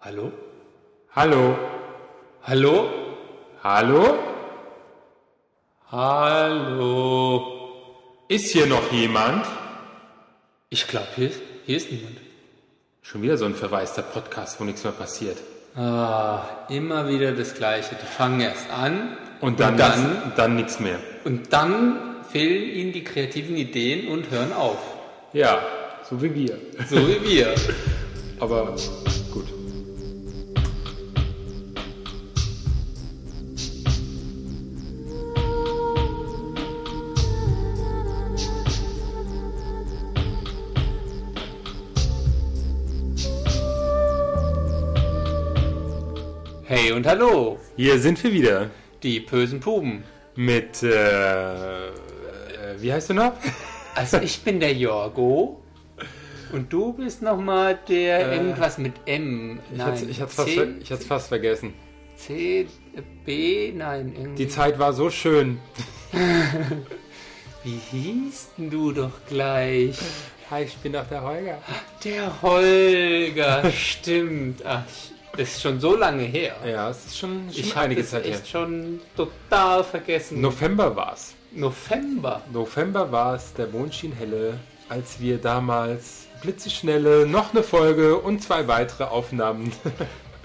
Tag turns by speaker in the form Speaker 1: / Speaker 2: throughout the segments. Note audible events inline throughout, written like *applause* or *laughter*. Speaker 1: Hallo?
Speaker 2: Hallo?
Speaker 1: Hallo?
Speaker 2: Hallo?
Speaker 1: Hallo?
Speaker 2: Ist hier noch jemand?
Speaker 1: Ich glaube, hier, ist- hier ist niemand.
Speaker 2: Schon wieder so ein verwaister Podcast, wo nichts mehr passiert.
Speaker 1: Ah, immer wieder das Gleiche. Die fangen erst an
Speaker 2: Und dann,
Speaker 1: und dann,
Speaker 2: dann, dann nichts mehr.
Speaker 1: und dann fehlen ihnen die kreativen Ideen und hören auf.
Speaker 2: Ja, so wie wir.
Speaker 1: So wie
Speaker 2: *laughs*
Speaker 1: wir.
Speaker 2: Aber gut.
Speaker 1: Hey und hallo,
Speaker 2: Hier sind wir wieder
Speaker 1: die bösen Puben.
Speaker 2: mit, äh, äh, wie heißt du noch?
Speaker 1: Also ich bin der Jorgo und du bist nochmal der irgendwas mit M. Nein,
Speaker 2: Äh. ich, hat's, ich, hat's fast, ver- ich hat's fast vergessen.
Speaker 1: C, B, nein, irgendwie.
Speaker 2: Die Zeit war so schön.
Speaker 1: Wie hießt denn du doch gleich?
Speaker 2: Hi, ich bin doch der Holger.
Speaker 1: Der Holger, stimmt. Ach, das ist schon so lange her.
Speaker 2: Ja, es ist schon, schon
Speaker 1: Ich habe
Speaker 2: einige
Speaker 1: das
Speaker 2: Zeit her.
Speaker 1: echt schon total vergessen.
Speaker 2: November war's.
Speaker 1: November.
Speaker 2: November war es, der Mond schien helle, als wir damals blitzeschnelle, noch eine Folge und zwei weitere Aufnahmen, *laughs*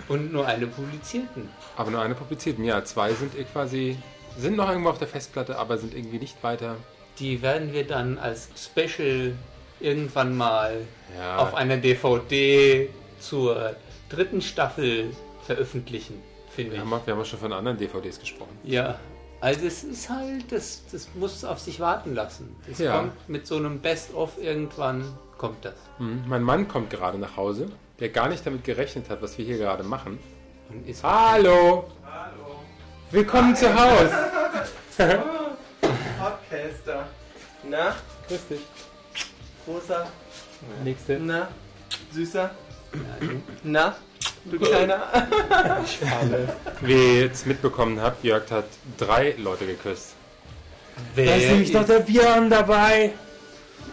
Speaker 1: Und nur eine publizierten.
Speaker 2: aber nur eine publizierten. Ja, zwei sind eh quasi, sind noch irgendwo auf der Festplatte, aber sind irgendwie nicht weiter.
Speaker 1: Die werden wir dann als Special irgendwann mal
Speaker 2: Ja.
Speaker 1: auf einer DVD zur dritten Staffel veröffentlichen, finde
Speaker 2: Wir
Speaker 1: ich.
Speaker 2: haben, auch- wir haben auch schon von anderen DVDs gesprochen.
Speaker 1: Ja. Also es ist halt, das, das muss auf sich warten lassen. Das
Speaker 2: Ja.
Speaker 1: kommt mit so einem Best-of irgendwann, kommt das.
Speaker 2: Hm, Mein Mann kommt gerade nach Hause, der gar nicht damit gerechnet hat, was wir hier gerade machen.
Speaker 1: Und ist
Speaker 2: Hallo! Hallo! Willkommen zu Hause!
Speaker 3: Podcaster. Na,
Speaker 2: Grüß dich.
Speaker 3: großer.
Speaker 2: Nächste.
Speaker 3: Na, süßer. Na, du kleiner.
Speaker 2: *laughs* Wie ihr jetzt mitbekommen habt, Jörg hat drei Leute geküsst.
Speaker 1: wer ist,
Speaker 2: der Björn dabei!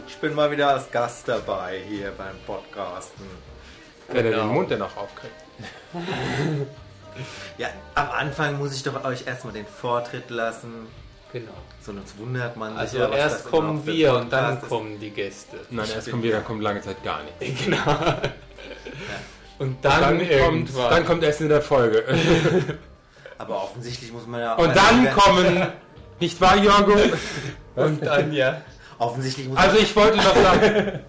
Speaker 3: Ich bin mal wieder als Gast dabei hier beim Podcasten.
Speaker 2: Der, der
Speaker 1: Genau.
Speaker 2: den Mund danach aufkriegt.
Speaker 3: Ja, am Anfang muss ich doch euch erstmal den Vortritt lassen.
Speaker 1: genau.
Speaker 3: Sonst wundert man sich.
Speaker 1: Also
Speaker 3: ja, was das
Speaker 1: erst
Speaker 3: überhaupt
Speaker 1: kommen
Speaker 3: für ein
Speaker 1: wir und dann
Speaker 3: Podcast ist.
Speaker 1: kommen die Gäste.
Speaker 2: Nein, erst kommt wieder, dann kommt lange Zeit gar nichts.
Speaker 1: *laughs* Genau. Und dann,
Speaker 2: Dann, kommt,
Speaker 1: irgendwann.
Speaker 2: dann kommt erst in der Folge. *laughs*
Speaker 3: Aber offensichtlich muss man ja auch.
Speaker 2: Und
Speaker 3: erst
Speaker 2: dann
Speaker 3: mal-
Speaker 2: kommen. Nicht wahr, Jorgo?
Speaker 1: und dann ja.
Speaker 3: Offensichtlich muss
Speaker 2: Also ich wollte noch *laughs* sagen.
Speaker 1: Also-
Speaker 3: man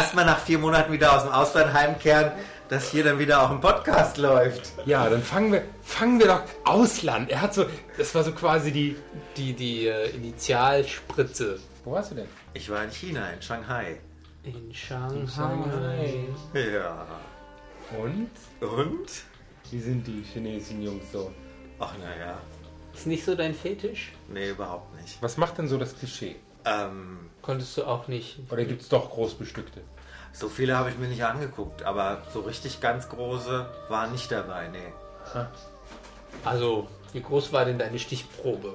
Speaker 3: erstmal nach vier Monaten wieder aus dem Ausland heimkehren, dass hier dann wieder auch ein Podcast läuft.
Speaker 2: Ja, dann fangen wir, fangen wir doch Ausland. Er hat so, das war so quasi die.
Speaker 1: Die, die äh, Initialspritze.
Speaker 2: Wo warst du denn?
Speaker 3: Ich war in China, in Shanghai.
Speaker 1: In Shanghai.
Speaker 3: Ja.
Speaker 2: Und?
Speaker 3: Und?
Speaker 2: Wie sind die chinesischen Jungs so?
Speaker 3: Ach, naja.
Speaker 1: Ist nicht so dein Fetisch?
Speaker 3: Nee, überhaupt nicht.
Speaker 2: Was macht denn so das Klischee?
Speaker 3: Ähm,
Speaker 1: Konntest du auch nicht.
Speaker 2: Oder gibt's doch Großbestückte?
Speaker 3: so viele habe ich mir nicht angeguckt, aber so richtig ganz große waren nicht dabei, nee.
Speaker 1: Also, wie groß war denn deine Stichprobe?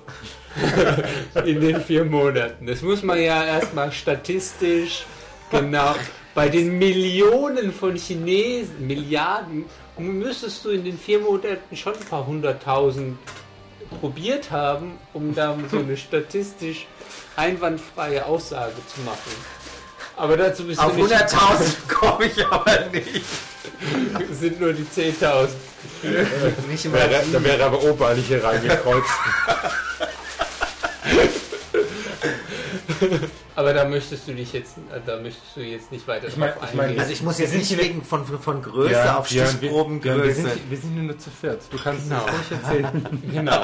Speaker 1: *laughs* In den vier Monaten. Das muss man ja erstmal statistisch genau. Bei den Millionen von Chinesen, Milliarden, müsstest du in den vier Monaten schon ein paar hunderttausend probiert haben, um da so eine statistisch einwandfreie Aussage zu machen. Aber dazu bist
Speaker 3: Auf
Speaker 1: du nicht,
Speaker 3: 100.000 *laughs* komme ich aber nicht.
Speaker 1: sind nur die 10.000.
Speaker 3: Nicht
Speaker 2: Da
Speaker 3: mal
Speaker 2: wäre- Da wäre aber Opa nicht hier reingekreuzt.
Speaker 1: Aber da möchtest du dich jetzt, da möchtest du jetzt nicht weiter
Speaker 2: mein-
Speaker 1: drauf
Speaker 2: ich mein,
Speaker 1: eingehen.
Speaker 3: Also ich muss jetzt
Speaker 2: Wir sind
Speaker 3: nicht
Speaker 2: hier-
Speaker 3: wegen von, von *laughs* Größe auf
Speaker 2: Björn, Björn, wir,
Speaker 3: Stichprobengröße.
Speaker 2: sind, wir sind nur zu viert. Du kannst
Speaker 1: Genau.
Speaker 2: es ruhig
Speaker 3: *laughs*
Speaker 2: erzählen.
Speaker 1: Genau.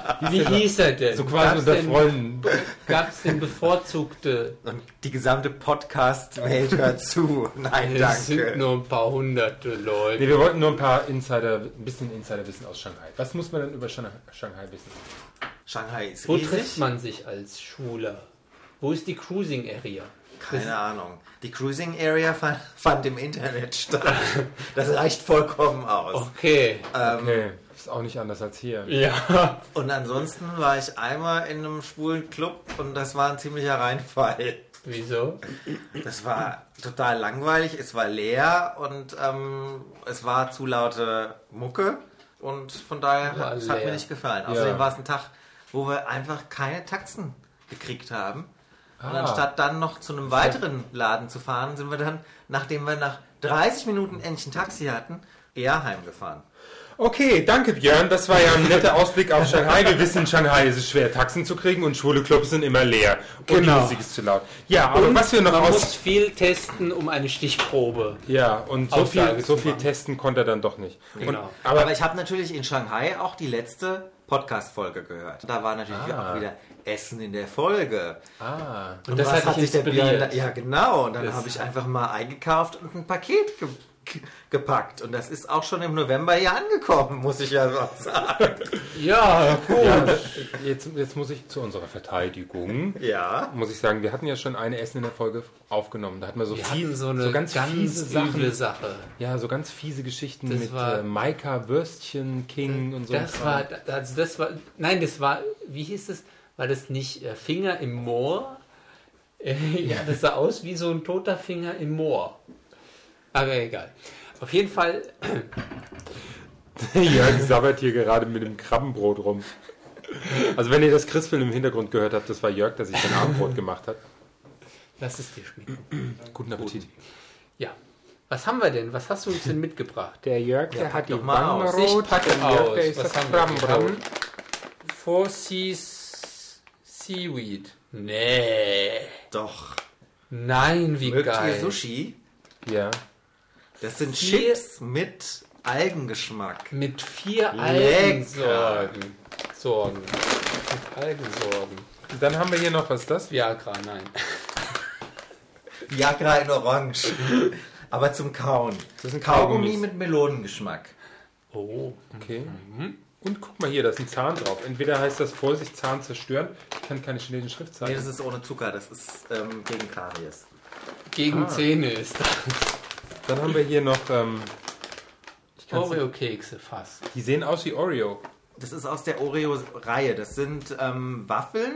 Speaker 1: *laughs* Wie hieß er denn?
Speaker 2: So quasi unter Freunden.
Speaker 1: Gab es denn
Speaker 2: *laughs*
Speaker 1: bevorzugte?
Speaker 3: Und die gesamte Podcast-Welt hört zu. Nein,
Speaker 1: Es sind
Speaker 3: danke.
Speaker 1: nur ein paar hunderte Leute.
Speaker 2: Nee, wir wollten nur ein paar Insider, ein bisschen Insiderwissen aus Shanghai. Was muss man denn über Shanghai, Shanghai wissen?
Speaker 3: Shanghai ist
Speaker 1: Wo trifft
Speaker 3: riesig.
Speaker 1: man sich als Schwuler? Wo ist die Cruising Area?
Speaker 3: Keine Ahnung. Die Cruising Area fand, fand im Internet statt. Das reicht vollkommen aus.
Speaker 1: Okay.
Speaker 2: Ah.
Speaker 3: Ähm,
Speaker 2: Okay, ist auch nicht anders als hier.
Speaker 1: Ja. *laughs*
Speaker 2: Oh.
Speaker 3: Und ansonsten war ich einmal in einem schwulen Club und das war ein ziemlicher Reinfall.
Speaker 1: Wieso?
Speaker 3: Das war total langweilig, es war leer und ähm, es war zu laute Mucke und von daher
Speaker 1: War
Speaker 3: hat es hat mir
Speaker 1: leer.
Speaker 3: nicht gefallen. Außerdem
Speaker 2: Ja.
Speaker 3: war es ein Tag, wo wir einfach keine Taxen gekriegt haben. Und
Speaker 2: Ah.
Speaker 3: anstatt dann noch zu einem weiteren Laden zu fahren, sind wir dann, nachdem wir nach 30 Minuten endlich ein Taxi hatten, eher heimgefahren.
Speaker 2: Okay, danke Björn. Das war ja ein
Speaker 1: *laughs*
Speaker 2: netter Ausblick auf Shanghai. Wir wissen, in Shanghai ist es schwer, Taxen zu kriegen und schwule Clubs sind immer leer. Und
Speaker 1: Genau.
Speaker 2: die Musik ist zu laut. Ja, aber was wir noch
Speaker 1: Man
Speaker 2: aus...
Speaker 1: muss viel testen, um eine Stichprobe.
Speaker 2: Ja, und so
Speaker 1: Aussage
Speaker 2: viel, so
Speaker 1: zu
Speaker 2: viel
Speaker 1: machen.
Speaker 2: testen konnte er dann doch nicht.
Speaker 1: Genau.
Speaker 2: Und,
Speaker 3: Aber,
Speaker 2: aber
Speaker 3: ich habe natürlich in Shanghai auch die letzte Podcast-Folge gehört. Da war natürlich auch wieder Essen in der Folge.
Speaker 2: ah,
Speaker 1: Ah. Und das hat dich inspiriert.
Speaker 3: da, Ja, genau. Und dann habe ich einfach mal eingekauft und ein Paket ge ge- gepackt. Und das ist auch schon im November hier angekommen, muss ich ja so sagen.
Speaker 2: *laughs*
Speaker 1: Ja, cool.
Speaker 2: ja, jetzt, jetzt muss ich zu unserer Verteidigung.
Speaker 3: Ja.
Speaker 2: Muss ich sagen, wir hatten ja schon eine Essen in der Folge aufgenommen. Da hatten wir so,
Speaker 1: Wir
Speaker 2: viel,
Speaker 1: hatten so eine
Speaker 2: ganz,
Speaker 1: ganz,
Speaker 2: fiese
Speaker 1: üble
Speaker 2: Sachen.
Speaker 1: Sache.
Speaker 2: Ja, so ganz fiese Geschichten
Speaker 1: Das
Speaker 2: mit
Speaker 1: war-
Speaker 2: äh, Maika, Würstchen, King und so. ein
Speaker 1: Das
Speaker 2: Kram.
Speaker 1: war, also das war, nein, das war, wie hieß es? War das nicht äh, Finger im Moor? Äh, *laughs* ja, das sah aus wie so ein toter Finger im Moor. Aber egal. Auf jeden Fall,
Speaker 2: *laughs* Jörg sabbert hier gerade mit dem Krabbenbrot rum. Also wenn ihr das Christfilm im Hintergrund gehört habt, das war Jörg, der sich sein Abendbrot gemacht hat.
Speaker 1: lass es dir schmecken.
Speaker 2: Guten Appetit.
Speaker 1: Ja. Was haben wir denn? Was hast du uns denn mitgebracht?
Speaker 2: *laughs* Der Jörg, der hat
Speaker 3: die doch mal Wangen aus.
Speaker 1: rot, Ich packe der Jörg, aus. der ist Was das haben wir? Krabbenbrot.
Speaker 2: Krabbenbrot.
Speaker 1: Four Seas Seaweed. Nee.
Speaker 3: Doch.
Speaker 1: Nein, wie
Speaker 3: Mögt
Speaker 1: geil.
Speaker 3: ihr Sushi?
Speaker 2: Ja.
Speaker 3: Das sind
Speaker 1: Hier-
Speaker 3: Chips mit Algengeschmack.
Speaker 1: Mit vier
Speaker 3: Lecker.
Speaker 1: Algensorgen. Sorgen. Mit Algensorgen.
Speaker 2: Dann haben wir hier noch, was ist das?
Speaker 1: Viagra, nein.
Speaker 3: Viagra
Speaker 1: *laughs*
Speaker 3: in Orange. Aber zum Kauen.
Speaker 2: Das sind
Speaker 3: Kaugummi
Speaker 2: Kaugummis.
Speaker 3: mit Melonengeschmack.
Speaker 1: Oh.
Speaker 2: Okay. Und guck mal hier, da ist ein Zahn drauf. Entweder heißt das Vorsicht, Zahn zerstören. Ich kann keine chinesischen
Speaker 3: Nee,
Speaker 2: Schriftzeichen.
Speaker 3: das ist ohne Zucker. Das ist ähm, gegen Karies.
Speaker 1: Gegen Zähne ist das.
Speaker 2: Dann haben wir hier noch, ähm, kann's-
Speaker 1: Oreo-Kekse fast.
Speaker 2: die sehen aus wie Oreo.
Speaker 3: Das ist aus der Oreo-Reihe. Das sind ähm, Waffeln,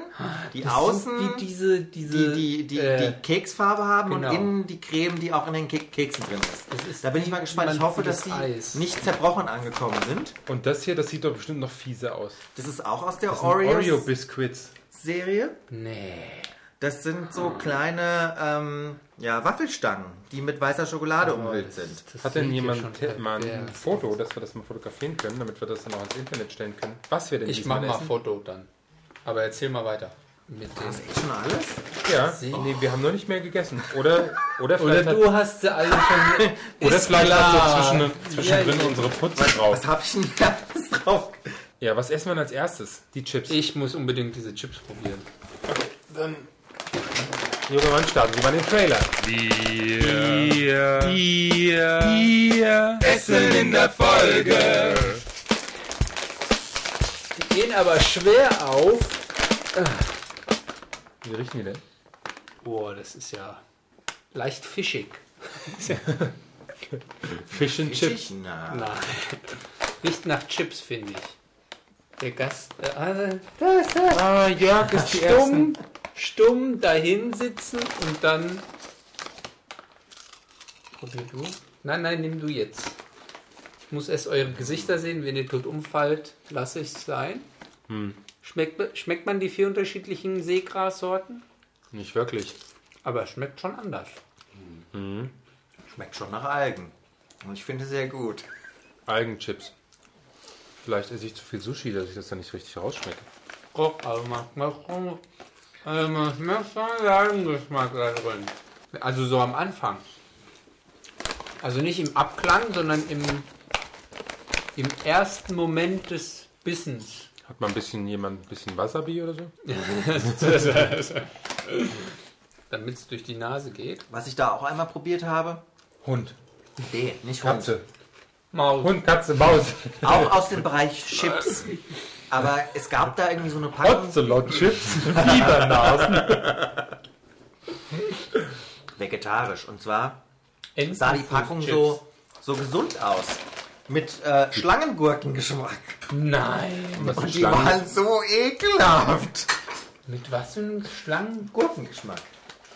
Speaker 3: die
Speaker 1: Das
Speaker 3: außen...
Speaker 1: sind Wie diese, diese,
Speaker 3: die, die, die,
Speaker 1: äh,
Speaker 3: die Keksfarbe haben
Speaker 1: genau.
Speaker 3: und innen die Creme, die auch in den Ke Keksen drin ist.
Speaker 1: Das ist
Speaker 3: Da bin ich mal gespannt. Ich
Speaker 1: man
Speaker 3: hoffe, dass
Speaker 1: findet
Speaker 3: die
Speaker 1: Eis.
Speaker 3: nicht zerbrochen angekommen sind.
Speaker 2: Und das hier, das sieht doch bestimmt noch fiese aus.
Speaker 3: Das ist auch aus der Oreo-Serie.
Speaker 2: Oreo-Biscuits.
Speaker 1: Nee.
Speaker 3: das sind so
Speaker 1: Ah.
Speaker 3: kleine ähm, ja, Waffelstangen, die mit weißer Schokolade umhüllt sind.
Speaker 1: Das
Speaker 2: Hat denn
Speaker 1: sieht ja
Speaker 2: jemand
Speaker 1: schon halt
Speaker 2: Tipp, mal ein
Speaker 1: pervers.
Speaker 2: Foto, dass wir das mal fotografieren können, damit wir das dann auch ins Internet stellen können? Was wir denn
Speaker 1: Ich mach
Speaker 2: diesmal
Speaker 1: mal
Speaker 2: essen?
Speaker 1: Foto dann. Aber erzähl mal weiter. Mit
Speaker 3: Das
Speaker 1: den
Speaker 3: ist echt schon alles.
Speaker 2: Ja, nee, wir haben noch nicht mehr gegessen. Oder, oder
Speaker 1: oder
Speaker 2: vielleicht,
Speaker 1: du hast sie alle schon.
Speaker 2: hat, oder
Speaker 1: Ist
Speaker 2: vielleicht
Speaker 1: klar.
Speaker 2: hat so zwischen, zwischendrin
Speaker 1: Ja, ja.
Speaker 2: unsere Putze drauf.
Speaker 3: Was habe ich denn *laughs* da alles drauf?
Speaker 2: Ja, was essen wir denn als erstes? Die Chips.
Speaker 1: Ich muss unbedingt diese Chips probieren.
Speaker 2: Junge Mann, starten Sie mal den Trailer. Wir, wir, wir essen in der Folge.
Speaker 1: Die gehen aber schwer auf.
Speaker 2: Wie riechen die denn?
Speaker 1: Boah, das ist ja leicht fischig.
Speaker 2: Fish and Chips.
Speaker 3: Ich- Na,
Speaker 1: Nein. Riecht nach Chips, finde ich. Der Gast. Äh, ah, das, das.
Speaker 2: Ah, Jörg ist die
Speaker 1: Stumm, stumm dahin sitzen und dann. Probier du. Nein, nein, nimm du jetzt. Ich muss erst eure Gesichter sehen. Wenn ihr tot umfallt, lasse ich es sein. Schmeckt, schmeckt man die vier unterschiedlichen Seegrassorten?
Speaker 2: Nicht wirklich.
Speaker 1: Aber es schmeckt schon anders.
Speaker 3: schmeckt schon nach Algen. Und ich finde sehr gut.
Speaker 2: Algenchips. Vielleicht esse ich zu viel Sushi, dass ich das dann nicht richtig rausschmecke.
Speaker 1: Doch, also man schmeckt also man schmeckt schon Ladengeschmack da drin. Also so am Anfang. Also nicht im Abklang, sondern im, im ersten Moment des Bissens.
Speaker 2: Hat mal ein bisschen jemand ein bisschen Wasabi oder so?
Speaker 1: Damit es durch die Nase geht.
Speaker 3: Was ich da auch einmal probiert habe,
Speaker 2: Hund,
Speaker 3: nee, nicht Hund.
Speaker 2: Katze.
Speaker 1: Maus.
Speaker 2: Hund, Katze, Maus. *laughs*
Speaker 3: Auch aus dem Bereich Chips. Aber es gab da irgendwie so eine Packung.
Speaker 2: Ocelot-Chips, Bibernasen.
Speaker 3: Vegetarisch. Und zwar
Speaker 1: Enten-
Speaker 3: sah die Packung
Speaker 1: Chips.
Speaker 3: so, so gesund aus. Mit äh, Schlangengurkengeschmack.
Speaker 1: Nein.
Speaker 2: Was
Speaker 3: Und
Speaker 2: ist
Speaker 3: die
Speaker 2: Schlangen?
Speaker 3: waren so ekelhaft.
Speaker 1: Mit was für einem Schlangen?
Speaker 3: Gurkengeschmack.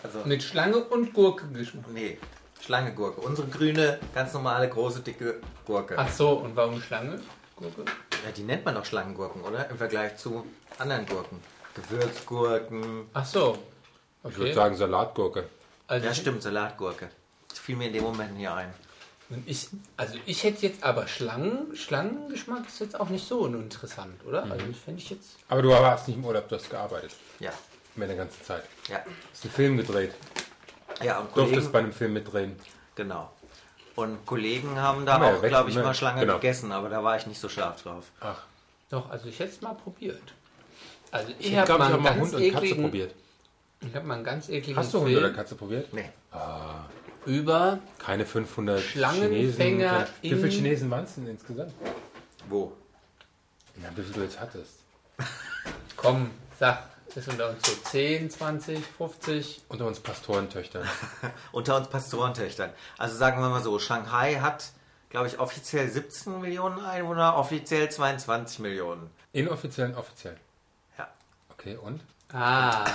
Speaker 3: Also,
Speaker 1: Mit Schlange und Gurke geschmort.
Speaker 3: nee, Schlange Gurke. Unsere grüne, ganz normale, große, dicke Gurke.
Speaker 1: Ach so, und warum Schlange? Gurke?
Speaker 3: Ja, die nennt man doch Schlangengurken, oder? Im Vergleich zu anderen Gurken. Gewürzgurken.
Speaker 1: Ach so.
Speaker 2: Ich würde
Speaker 1: Okay.
Speaker 2: sagen Salatgurke.
Speaker 1: Also
Speaker 3: Ja, stimmt, Salatgurke. Das fiel mir in dem Moment hier ein.
Speaker 1: Und ich, also ich hätte jetzt aber Schlangen, Schlangengeschmack ist jetzt auch nicht so uninteressant, oder?
Speaker 2: Mhm.
Speaker 1: Also das fände ich jetzt.
Speaker 2: Aber du warst nicht im Urlaub, du hast gearbeitet.
Speaker 3: Ja,
Speaker 2: Mit der ganzen Zeit.
Speaker 3: ja.
Speaker 2: Hast einen Film gedreht.
Speaker 3: Ja, und
Speaker 2: Du durftest
Speaker 3: Kollegen,
Speaker 2: bei einem Film mitdrehen.
Speaker 3: genau. Und Kollegen haben da
Speaker 2: Haben wir ja
Speaker 3: auch,
Speaker 2: weg,
Speaker 3: glaube ich,
Speaker 2: ne?
Speaker 3: mal Schlange
Speaker 2: Genau.
Speaker 3: gegessen, aber da war ich nicht so scharf drauf.
Speaker 2: Ach,
Speaker 1: Doch, also ich hätte es mal probiert. Also ich,
Speaker 2: ich
Speaker 1: habe
Speaker 2: glaube,
Speaker 1: mal
Speaker 2: ich habe
Speaker 1: einen
Speaker 2: mal
Speaker 1: ganz
Speaker 2: Hund und Katze
Speaker 1: ekligen,
Speaker 2: probiert.
Speaker 1: ich habe mal einen ganz ekligen
Speaker 2: Hast du Hund
Speaker 1: Film
Speaker 2: oder Katze probiert?
Speaker 3: Nee.
Speaker 1: über
Speaker 2: Keine 500 Chinesen.
Speaker 1: Schlangenfänger
Speaker 2: Wie viele
Speaker 1: in-
Speaker 2: Chinesen waren es denn insgesamt?
Speaker 3: Wo?
Speaker 2: Ja, wie viel du jetzt hattest.
Speaker 1: komm, sag, das sind da uns so 10, 20, 50.
Speaker 2: Unter uns *laughs* Pastorentöchtern.
Speaker 3: Unter uns Pastorentöchtern. Also sagen wir mal so, Shanghai hat, glaube ich, offiziell 17 Millionen Einwohner, offiziell 22 Millionen.
Speaker 2: Inoffiziell und offiziell.
Speaker 3: Ja.
Speaker 2: Okay, und?
Speaker 1: Ah.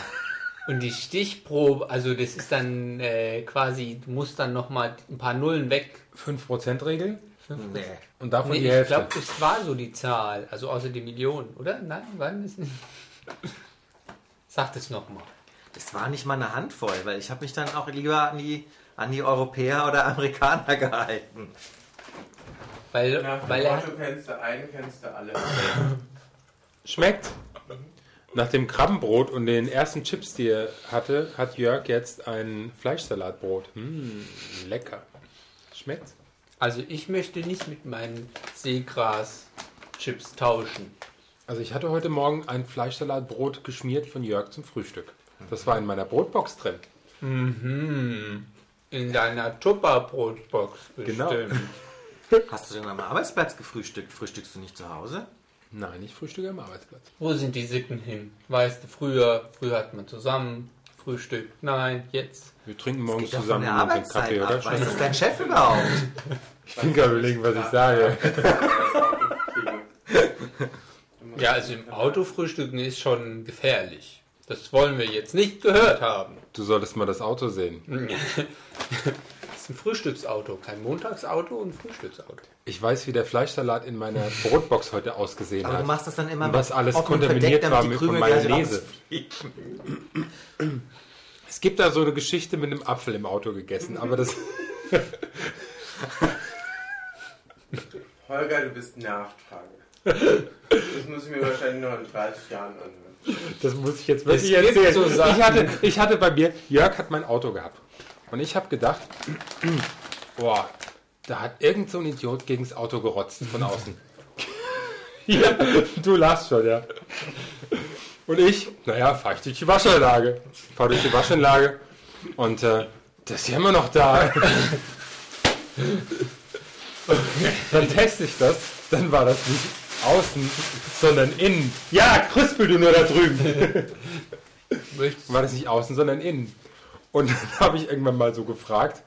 Speaker 1: Und die Stichprobe, also das ist dann äh, quasi, du musst dann nochmal ein paar Nullen weg.
Speaker 2: 5%-Regel
Speaker 3: Nee.
Speaker 2: und davon
Speaker 1: Nee,
Speaker 2: die
Speaker 1: ich
Speaker 2: Hälfte.
Speaker 1: glaube, das war so die Zahl. Also außer die Millionen, oder? Nein, wann ist *laughs* Sag das nochmal.
Speaker 3: Das war nicht mal eine Handvoll, weil ich habe mich dann auch lieber an die, an die Europäer oder Amerikaner *laughs* gehalten.
Speaker 1: Weil,
Speaker 4: Nach
Speaker 1: weil
Speaker 4: dem
Speaker 1: er,
Speaker 4: Motto kennst du einen, kennst du alle.
Speaker 2: Schmeckt. Nach dem Krabbenbrot und den ersten Chips, die er hatte, hat Jörg jetzt ein Fleischsalatbrot. Mm, lecker. Schmeckt.
Speaker 1: also ich möchte nicht mit meinen Seegras-Chips tauschen.
Speaker 2: Also ich hatte heute Morgen ein Fleischsalatbrot geschmiert von Jörg zum Frühstück. Das war in meiner Brotbox drin.
Speaker 1: In deiner Tupperbrotbox
Speaker 2: Genau.
Speaker 1: bestimmt.
Speaker 3: Hast du denn am Arbeitsplatz gefrühstückt? Frühstückst du nicht zu Hause?
Speaker 2: Nein, ich frühstücke am Arbeitsplatz.
Speaker 1: Wo sind die Sitten hin? Weißt du, früher, früher hat man zusammen Frühstück. Nein, jetzt.
Speaker 2: Wir trinken
Speaker 3: Geht
Speaker 2: morgens
Speaker 3: doch von
Speaker 2: zusammen
Speaker 3: der
Speaker 2: unseren Kaffee,
Speaker 3: Arbeitszeit
Speaker 2: oder?
Speaker 3: ab. Was ist dein Chef überhaupt?
Speaker 2: Ich bin gerade überlegen, was ich sage.
Speaker 1: Ja, also im Auto frühstücken ist schon gefährlich. Das wollen wir jetzt nicht gehört haben.
Speaker 2: Du solltest mal das Auto sehen.
Speaker 1: Das ist ein Frühstücksauto, kein Montagsauto und ein Frühstücksauto.
Speaker 2: Ich weiß, wie der Fleischsalat in meiner Brotbox heute ausgesehen
Speaker 3: Aber du
Speaker 2: hat.
Speaker 3: machst das dann immer
Speaker 2: Was alles
Speaker 3: offenem
Speaker 2: kontaminiert
Speaker 3: damit
Speaker 2: war
Speaker 3: die
Speaker 2: mit von
Speaker 3: Krümel
Speaker 2: meiner
Speaker 3: gleich
Speaker 2: Lese.
Speaker 3: rausfliegen.
Speaker 2: Es gibt da so eine Geschichte mit einem Apfel im Auto gegessen, aber das...
Speaker 4: Holger, du bist Nachfrage. Das muss ich mir wahrscheinlich noch in 30 Jahren anhören.
Speaker 2: Das muss ich jetzt wirklich
Speaker 1: Es gibt
Speaker 2: erzählen.
Speaker 1: so Sachen.
Speaker 2: ich, hatte, ich hatte bei mir, Jörg hat mein Auto gehabt. Und ich habe gedacht, *clears throat* boah, da hat irgend so ein Idiot gegen das Auto gerotzt von
Speaker 1: *laughs*
Speaker 2: außen. ja, du lachst schon, ja. Und ich, naja, fahr ich durch die Waschanlage. Fahr durch die Waschanlage und äh, das ist ja immer noch da. *laughs* Dann teste ich das, dann war das nicht außen, sondern innen. Ja, krüspel du nur da drüben
Speaker 1: Möchtest
Speaker 2: war das nicht außen, sondern innen. Und *laughs* dann habe ich irgendwann mal so gefragt,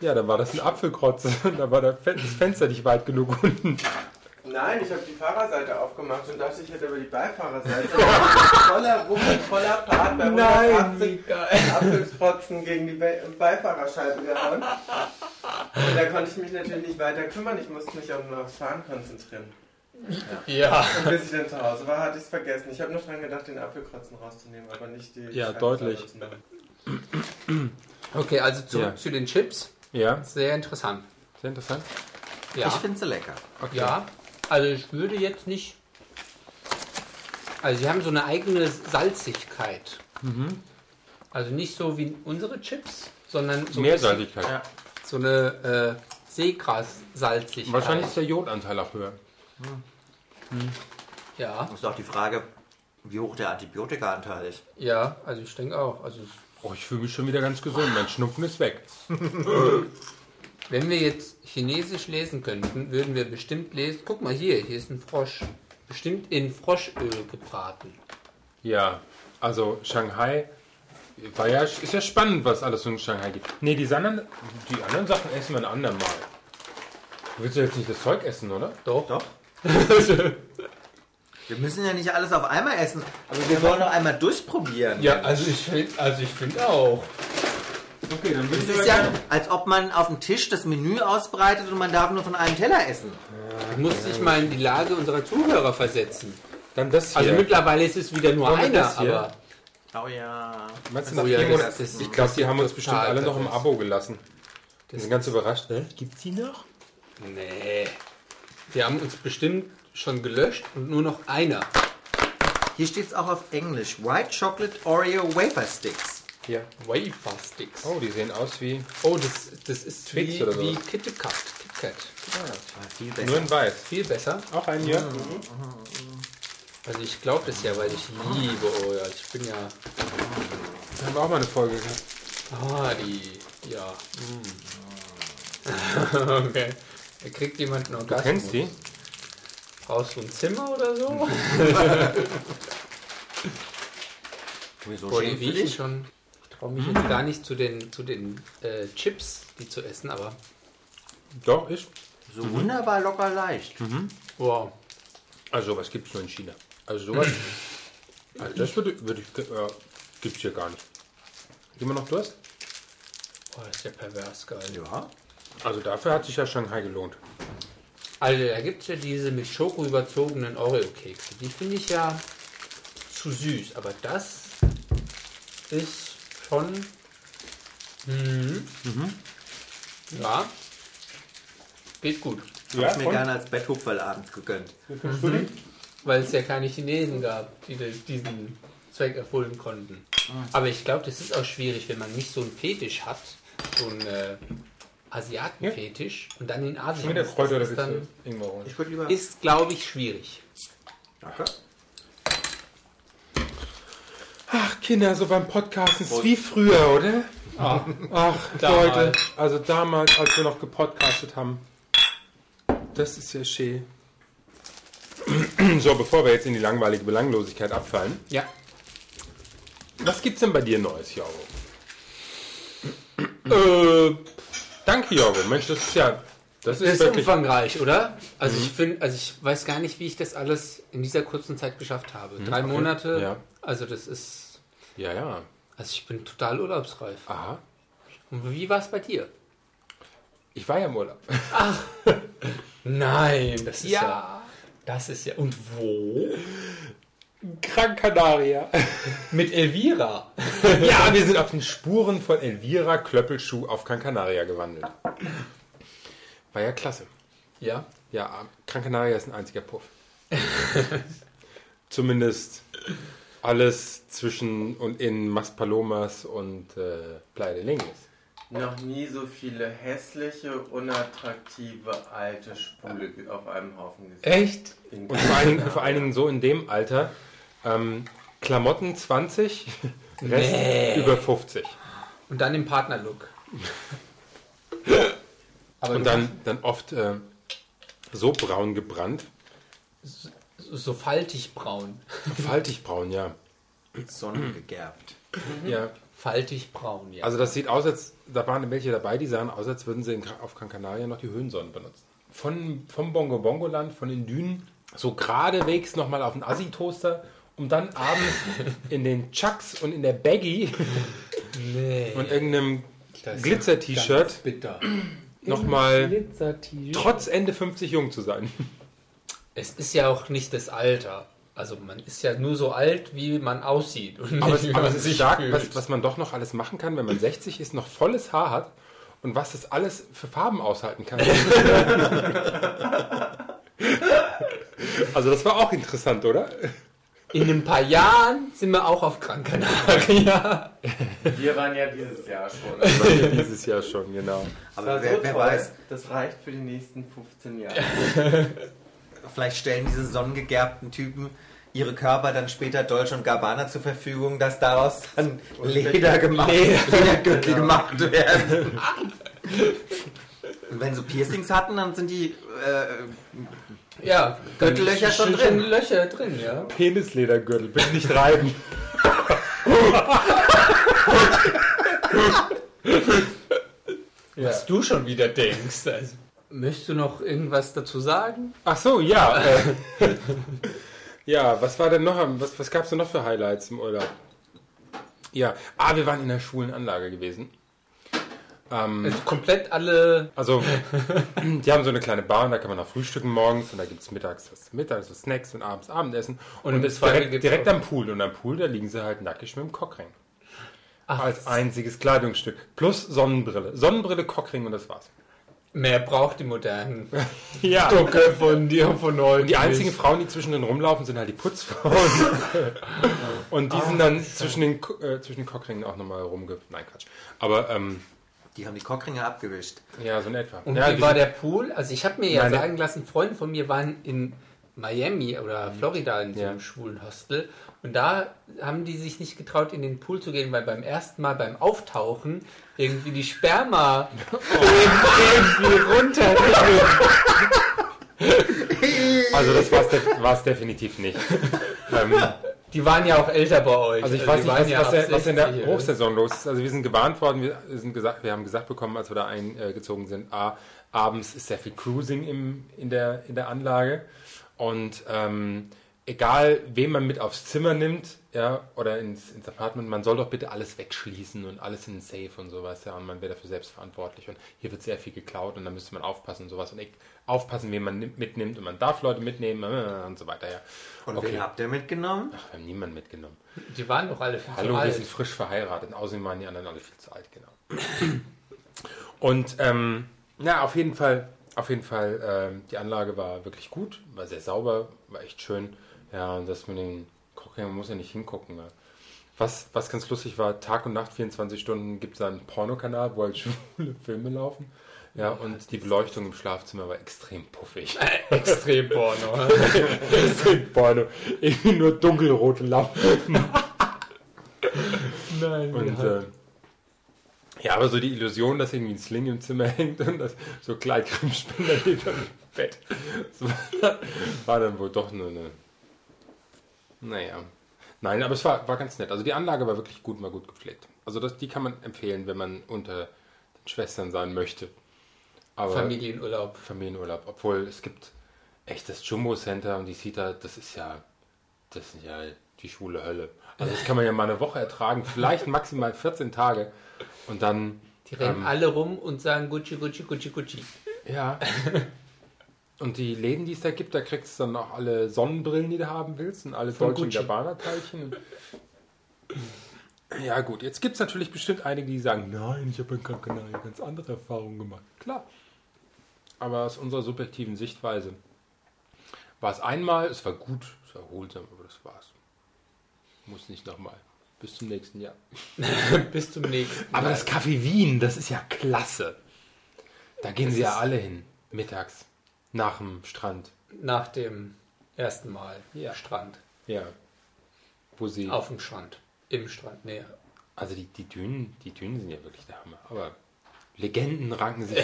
Speaker 2: ja, dann war das ein Apfelkrotze und *laughs* da war der Fen- das Fenster nicht weit genug unten.
Speaker 4: Nein, ich habe die Fahrerseite aufgemacht und dachte, ich hätte aber die Beifahrerseite. voller Wummel, voller Fahrt bei
Speaker 2: Nein,
Speaker 4: 180 Apfelsprotzen gegen die Be Beifahrerscheibe gehauen. Und da konnte ich mich natürlich nicht weiter kümmern. Ich musste mich auch nur aufs Fahren konzentrieren.
Speaker 1: ja.
Speaker 4: Und bis ich dann zu Hause war, hatte ich es vergessen. Ich habe nur dran gedacht, den Apfelkrotzen rauszunehmen, aber nicht die
Speaker 2: Ja,
Speaker 4: Scheibe
Speaker 2: deutlich.
Speaker 4: zu machen.
Speaker 1: Okay, also zurück
Speaker 2: Ja.
Speaker 1: zu den Chips.
Speaker 2: Ja,
Speaker 1: Sehr interessant.
Speaker 2: sehr interessant.
Speaker 1: Ja.
Speaker 3: Ich finde sie lecker.
Speaker 2: Okay.
Speaker 1: Ja, also ich würde jetzt nicht. Also sie haben so eine eigene Salzigkeit.
Speaker 2: Mhm.
Speaker 1: Also nicht so wie unsere Chips, sondern so, ein
Speaker 2: Meersalzigkeit.
Speaker 3: Ja.
Speaker 1: bisschen- so eine äh, Seegras-Salzigkeit.
Speaker 2: Wahrscheinlich ist der Jodanteil auch höher.
Speaker 1: Ja,
Speaker 3: Ist auch die Frage, wie hoch der Antibiotikaanteil ist.
Speaker 1: ja, also ich denke auch. Also
Speaker 2: Oh, ich fühle mich schon wieder ganz gesund. Mein Schnupfen
Speaker 1: *laughs*
Speaker 2: ist weg.
Speaker 1: wenn wir jetzt Chinesisch lesen könnten, würden wir bestimmt lesen. Guck mal hier, hier ist ein Frosch. Bestimmt in Froschöl gebraten.
Speaker 2: Ja, also Shanghai war ja, ist ja spannend, was alles so in Shanghai gibt. Nee, die anderen, die anderen Sachen essen wir ein andermal. *laughs* Du willst ja jetzt nicht das Zeug essen, oder?
Speaker 1: Doch.
Speaker 3: Doch. Wir müssen ja nicht alles auf einmal essen, aber wir wollen doch einmal durchprobieren.
Speaker 1: Ja, also ich finde also ich find auch.
Speaker 2: Okay, dann
Speaker 3: Es
Speaker 2: willst
Speaker 3: ist ja, als ob man auf dem Tisch das Menü ausbreitet und man darf nur von einem Teller essen.
Speaker 1: Ich muss dich mal in die Lage unserer Zuhörer versetzen.
Speaker 2: Dann das hier.
Speaker 1: Also mittlerweile ist es wieder nur
Speaker 2: Wollen
Speaker 1: einer,
Speaker 2: wir das hier?
Speaker 1: aber
Speaker 3: Oh Also ja.
Speaker 2: Meinst du,
Speaker 1: Oh
Speaker 2: nach
Speaker 1: ja,
Speaker 2: vier
Speaker 1: das-
Speaker 2: Monaten-
Speaker 1: das-
Speaker 2: ich glaube, die haben uns
Speaker 1: total
Speaker 2: bestimmt alle noch im
Speaker 1: verrückt.
Speaker 2: Abo gelassen. Die sind ganz überrascht. Ne? Gibt's die noch?
Speaker 1: nee. Die haben uns bestimmt schon gelöscht und nur noch einer.
Speaker 3: Hier steht es auch auf Englisch. White Chocolate Oreo Wafer Sticks.
Speaker 2: Ja.
Speaker 1: Wafer Sticks. Oh,
Speaker 2: Oh, die sehen aus wie
Speaker 1: das, das ist
Speaker 2: Twix
Speaker 1: wie,
Speaker 2: oder so.
Speaker 1: wie KitKat. KitKat.
Speaker 3: War viel
Speaker 2: nur
Speaker 3: besser.
Speaker 2: in weiß.
Speaker 1: Viel besser.
Speaker 2: Auch ein hier?
Speaker 1: Also ich glaube das ja, weil ich liebe Oreo. Ich bin ja...
Speaker 2: Da haben wir auch mal eine Folge gehabt.
Speaker 1: Ah, die... Ja. mm. *laughs* okay. Da kriegt jemand einen
Speaker 2: Du
Speaker 1: Orgasmus.
Speaker 2: kennst die?
Speaker 1: Brauchst du ein Zimmer oder
Speaker 2: *laughs*
Speaker 1: so?
Speaker 3: Wieso
Speaker 1: Boah, die
Speaker 3: schämst du
Speaker 1: riechen
Speaker 3: dich?
Speaker 1: schon. Hm. Ich traue mich jetzt gar nicht zu den, zu den äh, Chips, die zu essen, aber
Speaker 2: Doch, ich.
Speaker 3: So wunderbar locker leicht.
Speaker 2: Mhm.
Speaker 1: wow.
Speaker 2: Also sowas gibt's nur in China. Also sowas. *clears throat* also das würde, würde ich. Äh, gibt's hier gar nicht. Immer noch Durst?
Speaker 1: Boah, Oh, das ist ja pervers geil.
Speaker 3: Ja.
Speaker 2: Also dafür hat sich ja Shanghai gelohnt.
Speaker 1: Also da gibt es ja diese mit Schoko überzogenen Oreo-Kekse. Die finde ich ja zu süß, aber das ist schon. Mhm. Ja. Geht gut.
Speaker 2: Ja,
Speaker 3: Mir gerne als Betthupferl abends gegönnt.
Speaker 1: Weil es ja keine Chinesen gab, die das- diesen Zweck erfüllen konnten.
Speaker 2: Ah.
Speaker 1: Aber ich glaube, das ist auch schwierig, wenn man nicht so einen Fetisch hat, so einen äh, Asiatenfetisch und dann in Asien.
Speaker 2: Wieder
Speaker 1: ist.
Speaker 2: Kräuter oder
Speaker 1: Das ist,
Speaker 2: willst
Speaker 1: dann,
Speaker 2: du irgendwo holen?
Speaker 3: Ich würde lieber.
Speaker 1: ist glaube ich, schwierig.
Speaker 3: Danke.
Speaker 2: Ach, Kinder, so beim Podcasten ist wie früher, oder? Ah. Ach,
Speaker 1: Damals.
Speaker 2: Leute. Also damals, als wir noch gepodcastet haben. Das ist ja schön. So, bevor wir jetzt in die langweilige Belanglosigkeit abfallen,
Speaker 1: Ja.
Speaker 2: was gibt's denn bei dir Neues, Jorgo?
Speaker 1: Äh,
Speaker 2: Danke, Jorgo. Mensch, das ist ja. Das
Speaker 1: das
Speaker 2: ist
Speaker 1: ist
Speaker 2: wirklich.
Speaker 1: umfangreich, oder? Also ich finde, also ich weiß gar nicht, wie ich das alles in dieser kurzen Zeit geschafft habe. Drei Monate.
Speaker 2: Ja.
Speaker 1: Also das ist.
Speaker 2: Ja, ja.
Speaker 1: Also ich bin total urlaubsreif.
Speaker 2: Aha.
Speaker 1: Und wie war es bei dir?
Speaker 2: Ich war ja im Urlaub.
Speaker 1: Nein, das ist ja.
Speaker 2: Ja.
Speaker 1: Das ist ja. Und wo?
Speaker 2: Gran Canaria.
Speaker 1: Mit Elvira.
Speaker 2: *laughs* Ja, wir sind auf den Spuren von Elvira Klöppelschuh auf Gran Canaria gewandelt. War ja klasse.
Speaker 1: Ja.
Speaker 2: Ja, Gran Canaria ist ein einziger Puff. *laughs* Zumindest alles zwischen und in Maspalomas und äh, Playa de Linguis.
Speaker 4: Noch nie so viele hässliche, unattraktive, alte Spule auf einem Haufen gesehen.
Speaker 1: Echt?
Speaker 2: Und vor allen, Dingen- vor allen Dingen so in dem Alter. Ähm, Klamotten 20, Rest über 50.
Speaker 1: Und dann im Partnerlook. Aber
Speaker 2: Und dann, dann oft äh, so braun gebrannt.
Speaker 1: so faltig braun.
Speaker 2: Faltig braun, ja.
Speaker 3: mhm. Sonnengegerbt.
Speaker 2: ja.
Speaker 1: Faltig braun, ja.
Speaker 2: Also das sieht aus, als da waren welche dabei, die sahen aus, als würden sie in, auf Gran Canaria noch die Höhensonnen benutzen. Von, vom Bongo Bongo Land, von den Dünen, so geradewegs nochmal auf den Assi-Toaster, um dann abends
Speaker 1: *laughs*
Speaker 2: in den Chucks und in der Baggy
Speaker 1: nee.
Speaker 2: und irgendeinem
Speaker 1: Das ist ganz
Speaker 2: Glitzer-T-Shirt
Speaker 1: bitter.
Speaker 2: nochmal
Speaker 1: Glitzer-T-Shirt.
Speaker 2: trotz Ende 50 jung zu sein.
Speaker 1: Es ist ja auch nicht das Alter. Also man ist ja nur so alt, wie man aussieht. Und
Speaker 2: Aber
Speaker 1: nicht,
Speaker 2: es,
Speaker 1: wie
Speaker 2: aber
Speaker 1: man
Speaker 2: es ist
Speaker 1: sich
Speaker 2: stark,
Speaker 1: fühlt.
Speaker 2: was, was man doch noch alles machen kann, wenn man 60 ist, noch volles Haar hat und was das alles für Farben aushalten kann. *laughs* also das war auch interessant, oder?
Speaker 1: In ein paar Jahren sind wir auch auf Gran Canaria. *laughs*
Speaker 4: Wir waren ja dieses Jahr schon. Also
Speaker 2: Dieses Jahr schon, genau.
Speaker 3: Aber wer, wer weiß,
Speaker 4: Das reicht für die nächsten 15 Jahre.
Speaker 3: vielleicht stellen diese sonnengegerbten Typen ihre Körper dann später Dolce und Gabbana zur Verfügung, dass daraus dann Leder Genau. gemacht, Ledergürtel gemacht werden. *laughs* Und wenn sie Piercings hatten, dann sind die äh,
Speaker 1: Ja,
Speaker 3: Gürtellöcher schon drin.
Speaker 1: Löcher drin, ja.
Speaker 2: Penisledergürtel, bitte nicht reiben.
Speaker 1: Was du schon wieder denkst. Also, möchtest du noch irgendwas dazu sagen?
Speaker 2: Ach so, ja. Äh, *laughs* Ja, was war denn noch, am- was, was gab es denn noch für Highlights im Urlaub? Ja, ah, wir waren in der schwulen Anlage gewesen. Ähm,
Speaker 1: Also komplett alle.
Speaker 2: also, *clears throat* die haben so eine kleine Bar und da kann man auch frühstücken morgens und da gibt es mittags was mittags, so Snacks und abends Abendessen.
Speaker 1: Und
Speaker 2: Und,
Speaker 1: im Zweifel
Speaker 2: direkt,
Speaker 1: gibt's
Speaker 2: direkt
Speaker 1: auch-
Speaker 2: am Pool. Und am Pool, da liegen sie halt nackig mit dem Cockring.
Speaker 1: Ach,
Speaker 2: Als einziges Kleidungsstück. Plus Sonnenbrille. Sonnenbrille, Cockring und das war's.
Speaker 1: mehr braucht die *laughs* modernen
Speaker 2: Ja.
Speaker 1: Ducke von dir von heute.
Speaker 2: Und die einzigen
Speaker 1: nicht.
Speaker 2: Frauen, die zwischen den rumlaufen, sind halt
Speaker 1: *laughs*
Speaker 2: die Putzfrauen. und die sind dann zwischen den, Ko- äh, zwischen den Cockringen auch nochmal rumge... Nein, Quatsch. Aber, ähm,
Speaker 3: Die haben die Cockringe abgewischt.
Speaker 2: ja, so in etwa.
Speaker 1: Und
Speaker 2: ja,
Speaker 1: wie
Speaker 2: die
Speaker 1: war
Speaker 2: sind-
Speaker 1: der Pool? Also ich habe mir ja
Speaker 2: Nein, der-
Speaker 1: sagen lassen, Freunde von mir waren in Miami oder Florida in so einem
Speaker 2: Ja.
Speaker 1: schwulen Hostel und da haben die sich nicht getraut, in den Pool zu gehen, weil beim ersten Mal beim Auftauchen irgendwie die Sperma *laughs* irgendwie runter.
Speaker 2: Also das war es war's
Speaker 1: *laughs*
Speaker 2: definitiv nicht. ähm,
Speaker 1: Die waren ja auch älter bei euch.
Speaker 2: also ich
Speaker 1: die
Speaker 2: weiß nicht,
Speaker 1: äh, waren
Speaker 2: was,
Speaker 1: ja
Speaker 2: was,
Speaker 1: ab
Speaker 2: der, was in der
Speaker 1: 60 oder so.
Speaker 2: Hochsaison los ist. Also wir sind gewarnt worden, wir, sind gesagt, wir haben gesagt bekommen, als wir da eingezogen sind, ah, abends ist sehr viel Cruising im, in, der, in der Anlage und ähm, egal, wen man mit aufs Zimmer nimmt ja, oder ins, ins Apartment, man soll doch bitte alles wegschließen und alles in den Safe und sowas ja, und man wäre dafür selbst verantwortlich und hier wird sehr viel geklaut und da müsste man aufpassen und sowas und echt aufpassen, wen man nimmt- mitnimmt und man darf Leute mitnehmen äh, und so weiter. Ja.
Speaker 3: Und
Speaker 2: Okay.
Speaker 3: wen habt ihr mitgenommen?
Speaker 2: Ach, wir haben niemanden mitgenommen.
Speaker 1: Die waren doch alle viel
Speaker 2: Hallo,
Speaker 1: zu
Speaker 2: wir
Speaker 1: alt.
Speaker 2: sind frisch verheiratet. Außerdem waren die anderen alle viel zu alt, genau. Und ähm, na, auf jeden Fall, auf jeden Fall, ähm, die Anlage war wirklich gut, war sehr sauber, war echt schön. Ja, und dass man den gucken, man muss ja nicht hingucken. Ne? Was, was ganz lustig war, Tag und Nacht, 24 Stunden, gibt es einen Pornokanal, wo halt *laughs* schwule Filme laufen. Ja, und die Beleuchtung im Schlafzimmer war extrem puffig. *laughs*
Speaker 1: extrem Porno.
Speaker 2: extrem Porno. Irgendwie nur dunkelrote Lampen.
Speaker 1: Nein,
Speaker 2: Und äh, ja, aber so die Illusion, dass irgendwie ein Sling im Zimmer *laughs* hängt und das so Kleidkrimspender liegt am Bett. Das war, war dann wohl doch nur eine. Naja. Nein, aber es war, war ganz nett. Also die Anlage war wirklich gut, mal gut gepflegt. Also das, die kann man empfehlen, wenn man unter den Schwestern sein möchte. Aber
Speaker 1: *laughs* Familienurlaub.
Speaker 2: Familienurlaub, obwohl es gibt echt das Jumbo Center und die Sita, das ist ja, das sind ja die schwule Hölle. Also das kann man ja mal eine Woche ertragen, vielleicht maximal 14 Tage und dann,
Speaker 1: Die rennen
Speaker 2: Ähm.
Speaker 1: alle rum und sagen Gucci, Gucci, Gucci,
Speaker 2: *laughs*
Speaker 1: Gucci.
Speaker 2: ja. Und die Läden, die es da gibt, da kriegst du dann auch alle Sonnenbrillen, die du haben willst und alle
Speaker 1: Von
Speaker 2: deutschen
Speaker 1: Gucci.
Speaker 2: Gabbana-Teilchen. Ja gut, jetzt gibt es natürlich bestimmt einige, die sagen, nein, ich habe in Kanal ganz andere Erfahrungen gemacht. Klar. Aber aus unserer subjektiven Sichtweise war es einmal, es war gut, es war erholsam, aber das war's. Muss nicht nochmal. Bis zum nächsten Jahr.
Speaker 1: Bis zum nächsten
Speaker 2: Aber das Café Wien, das ist ja klasse. Da gehen sie ja alle hin. Mittags. Nach dem Strand.
Speaker 1: nach dem ersten Mal
Speaker 2: Ja.
Speaker 1: Strand.
Speaker 2: Ja. Wo sie.
Speaker 1: Auf dem Strand. Im Strand. Nee.
Speaker 2: Also die, die Dünen, die Dünen sind ja wirklich der Hammer. Aber Legenden ranken sich.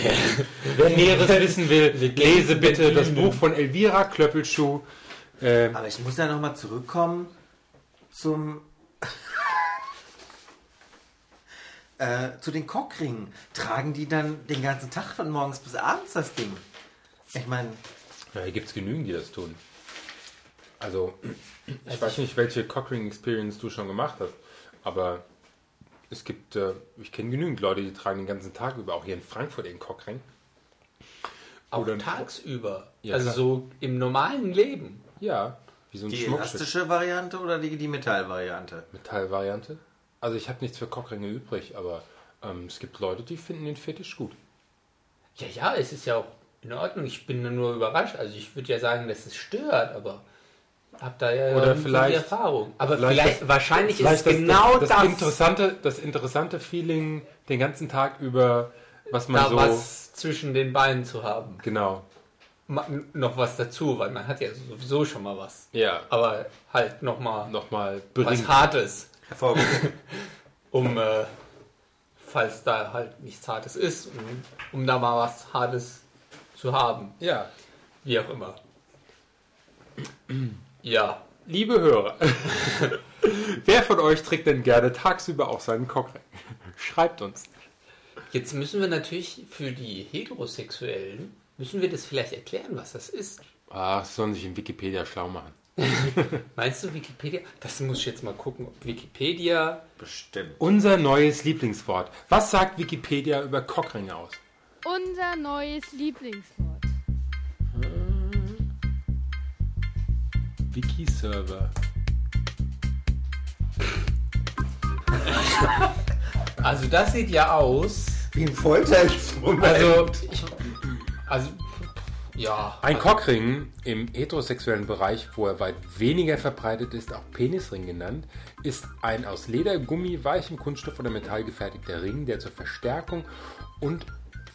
Speaker 2: Wer Näheres wissen will, lese *laughs* bitte das Buch von Elvira Klöppelschuh. Äh,
Speaker 3: Aber ich muss da nochmal zurückkommen zum. *laughs* äh, zu den Cockringen. Tragen die dann den ganzen Tag von morgens bis abends das Ding? Ich meine,
Speaker 2: ja, hier gibt es genügend, die das tun. Also, ich weiß nicht, welche Cockring-Experience du schon gemacht hast, aber es gibt, äh, ich kenne genügend Leute, die tragen den ganzen Tag über, auch hier in Frankfurt den Cockring.
Speaker 1: Auch
Speaker 2: Oder-
Speaker 1: tagsüber.
Speaker 2: Ja,
Speaker 1: also
Speaker 2: klar.
Speaker 1: so im normalen Leben.
Speaker 2: Ja, wie so ein
Speaker 3: die
Speaker 2: Schmuckstück.
Speaker 3: elastische Variante oder die, die Metallvariante?
Speaker 2: Metallvariante. Also, ich habe nichts für Cockringe übrig, aber ähm, es gibt Leute, die finden den Fetisch gut.
Speaker 1: Ja, ja, es ist ja auch in Ordnung. Ich bin nur überrascht. Also ich würde ja sagen, dass es stört, aber hab da ja
Speaker 2: Oder
Speaker 1: irgendwie
Speaker 2: vielleicht-
Speaker 1: die Erfahrung. Aber
Speaker 2: vielleicht
Speaker 1: vielleicht,
Speaker 2: das-
Speaker 1: wahrscheinlich ist es
Speaker 2: Vielleicht
Speaker 1: genau das,
Speaker 2: das, Interessante, das interessante Feeling den ganzen Tag über, was man
Speaker 1: da
Speaker 2: so.
Speaker 1: was zwischen den Beinen zu haben.
Speaker 2: Genau.
Speaker 1: Ma- noch was dazu, weil man hat ja sowieso schon mal was.
Speaker 2: Ja.
Speaker 1: Aber halt noch mal
Speaker 2: Nochmal
Speaker 1: was
Speaker 2: bringen.
Speaker 1: Hartes.
Speaker 3: Hervorgehoben.
Speaker 1: um, äh, falls da halt nichts Hartes ist, um, um da mal was Hartes zu haben,
Speaker 2: Ja.
Speaker 1: wie auch immer. Ja,
Speaker 2: Liebe Hörer, *laughs* wer von euch trägt denn gerne tagsüber auch seinen Cockring? Schreibt uns.
Speaker 1: jetzt müssen wir natürlich für die Heterosexuellen, müssen wir das vielleicht erklären, was das ist.
Speaker 2: Ah, sollen sich in Wikipedia schlau machen.
Speaker 1: Meinst du Wikipedia? Das muss ich jetzt mal gucken, ob Wikipedia.
Speaker 3: *laughs* Bestimmt.
Speaker 2: Unser neues Lieblingswort. Was sagt Wikipedia über Cockringe aus?
Speaker 5: Unser neues Lieblingswort.
Speaker 2: Wiki-Server.
Speaker 1: Also das sieht ja aus.
Speaker 3: Wie ein Folterinstrument.
Speaker 1: Also ich, also ja.
Speaker 2: Ein Cockring im heterosexuellen Bereich, wo er weit weniger verbreitet ist, auch Penisring genannt, ist ein aus Leder, Gummi, weichem Kunststoff oder Metall gefertigter Ring, der zur Verstärkung und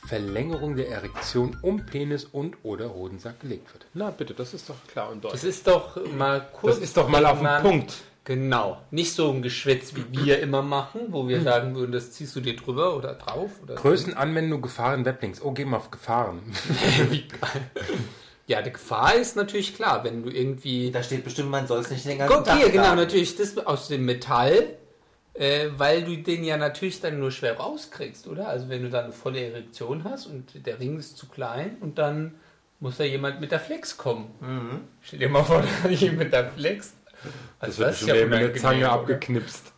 Speaker 2: Verlängerung der Erektion um Penis und oder Hodensack gelegt wird. Na bitte, das ist doch klar und
Speaker 1: Das
Speaker 2: deutlich.
Speaker 1: ist doch mal kurz.
Speaker 2: Das ist doch mal auf
Speaker 1: man-
Speaker 2: den Punkt.
Speaker 1: Genau. Nicht so ein Geschwätz, wie wir immer machen, wo
Speaker 2: Hm.
Speaker 1: wir sagen würden, das ziehst du dir drüber oder drauf. Oder
Speaker 2: Größenanwendung, Gefahren, Weblinks. Oh, geh mal auf Gefahren.
Speaker 1: *laughs* Wie geil. ja, die Gefahr ist natürlich klar, wenn du irgendwie.
Speaker 3: da steht bestimmt, man soll es nicht den ganzen
Speaker 1: Guck
Speaker 3: Tag
Speaker 1: hier, genau,
Speaker 3: tragen.
Speaker 1: natürlich, das aus dem Metall, äh, weil du den ja natürlich dann nur schwer rauskriegst, oder? Also wenn du dann eine volle Erektion hast und der Ring ist zu klein und dann muss da jemand mit der Flex kommen. Stell dir mal vor, *laughs* da hat jemand mit der Flex.
Speaker 2: Mhm. Das
Speaker 1: Also
Speaker 2: wird schon wieder mit der Zange abgeknipst.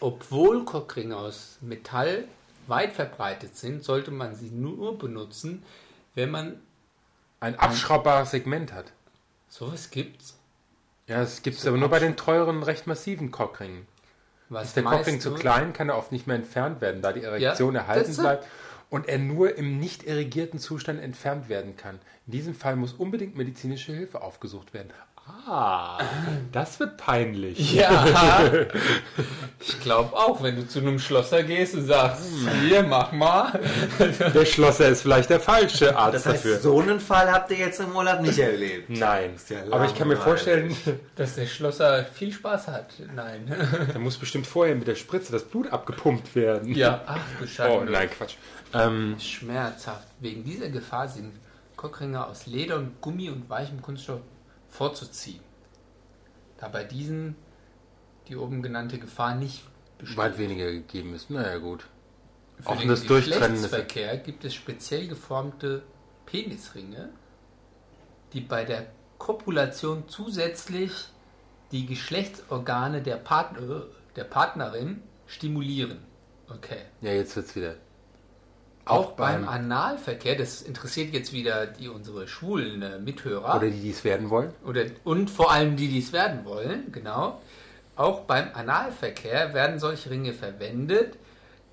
Speaker 1: Obwohl Cockringe aus Metall weit verbreitet sind, sollte man sie nur benutzen, wenn man
Speaker 2: Ein abschraubbares Segment hat.
Speaker 1: sowas gibt's.
Speaker 2: Ja, das gibt es aber nur bei den teuren, recht massiven Cockringen.
Speaker 1: Was
Speaker 2: Ist der
Speaker 1: meinst
Speaker 2: Cockring zu
Speaker 1: du?
Speaker 2: klein, kann er oft nicht mehr entfernt werden, da die Erektion
Speaker 1: Ja,
Speaker 2: erhalten
Speaker 1: siehste?
Speaker 2: bleibt und er nur im nicht irrigierten Zustand entfernt werden kann. In diesem Fall muss unbedingt medizinische Hilfe aufgesucht werden. Ah, das wird peinlich.
Speaker 1: Ja, *laughs* ich glaube auch, wenn du zu einem Schlosser gehst und sagst,
Speaker 2: Hm.
Speaker 1: hier, mach mal. *laughs*
Speaker 2: Der Schlosser ist vielleicht der falsche Arzt
Speaker 3: Das heißt,
Speaker 2: dafür.
Speaker 3: so einen Fall habt ihr jetzt im Urlaub nicht erlebt.
Speaker 2: Nein,
Speaker 3: ja
Speaker 2: aber ich kann mir
Speaker 3: langweilig.
Speaker 2: vorstellen,
Speaker 1: Dass der Schlosser viel Spaß hat. Nein. *laughs*
Speaker 2: da muss bestimmt vorher mit der Spritze das Blut abgepumpt werden.
Speaker 1: Ja, ach du Scheiße.
Speaker 2: Oh, nein, Quatsch. Ähm,
Speaker 1: Schmerzhaft. Wegen dieser Gefahr sind Cockringe aus Leder und Gummi und weichem Kunststoff vorzuziehen. Da bei diesen die oben genannte Gefahr nicht
Speaker 2: weit weniger gegeben ist. Naja, gut.
Speaker 1: Für
Speaker 2: Auch
Speaker 1: den
Speaker 2: das Durchtrennen ist
Speaker 1: Geschlechtsverkehr gibt es speziell geformte Penisringe, die bei der Kopulation zusätzlich die Geschlechtsorgane der, Partner, der Partnerin stimulieren. Okay.
Speaker 2: Ja, jetzt wird's wieder.
Speaker 1: Auch beim, Analverkehr, das interessiert jetzt wieder die unsere schwulen äh, Mithörer
Speaker 2: Oder die, die es werden wollen.
Speaker 1: oder und vor allem die, die es werden wollen, genau. Auch beim Analverkehr werden solche Ringe verwendet,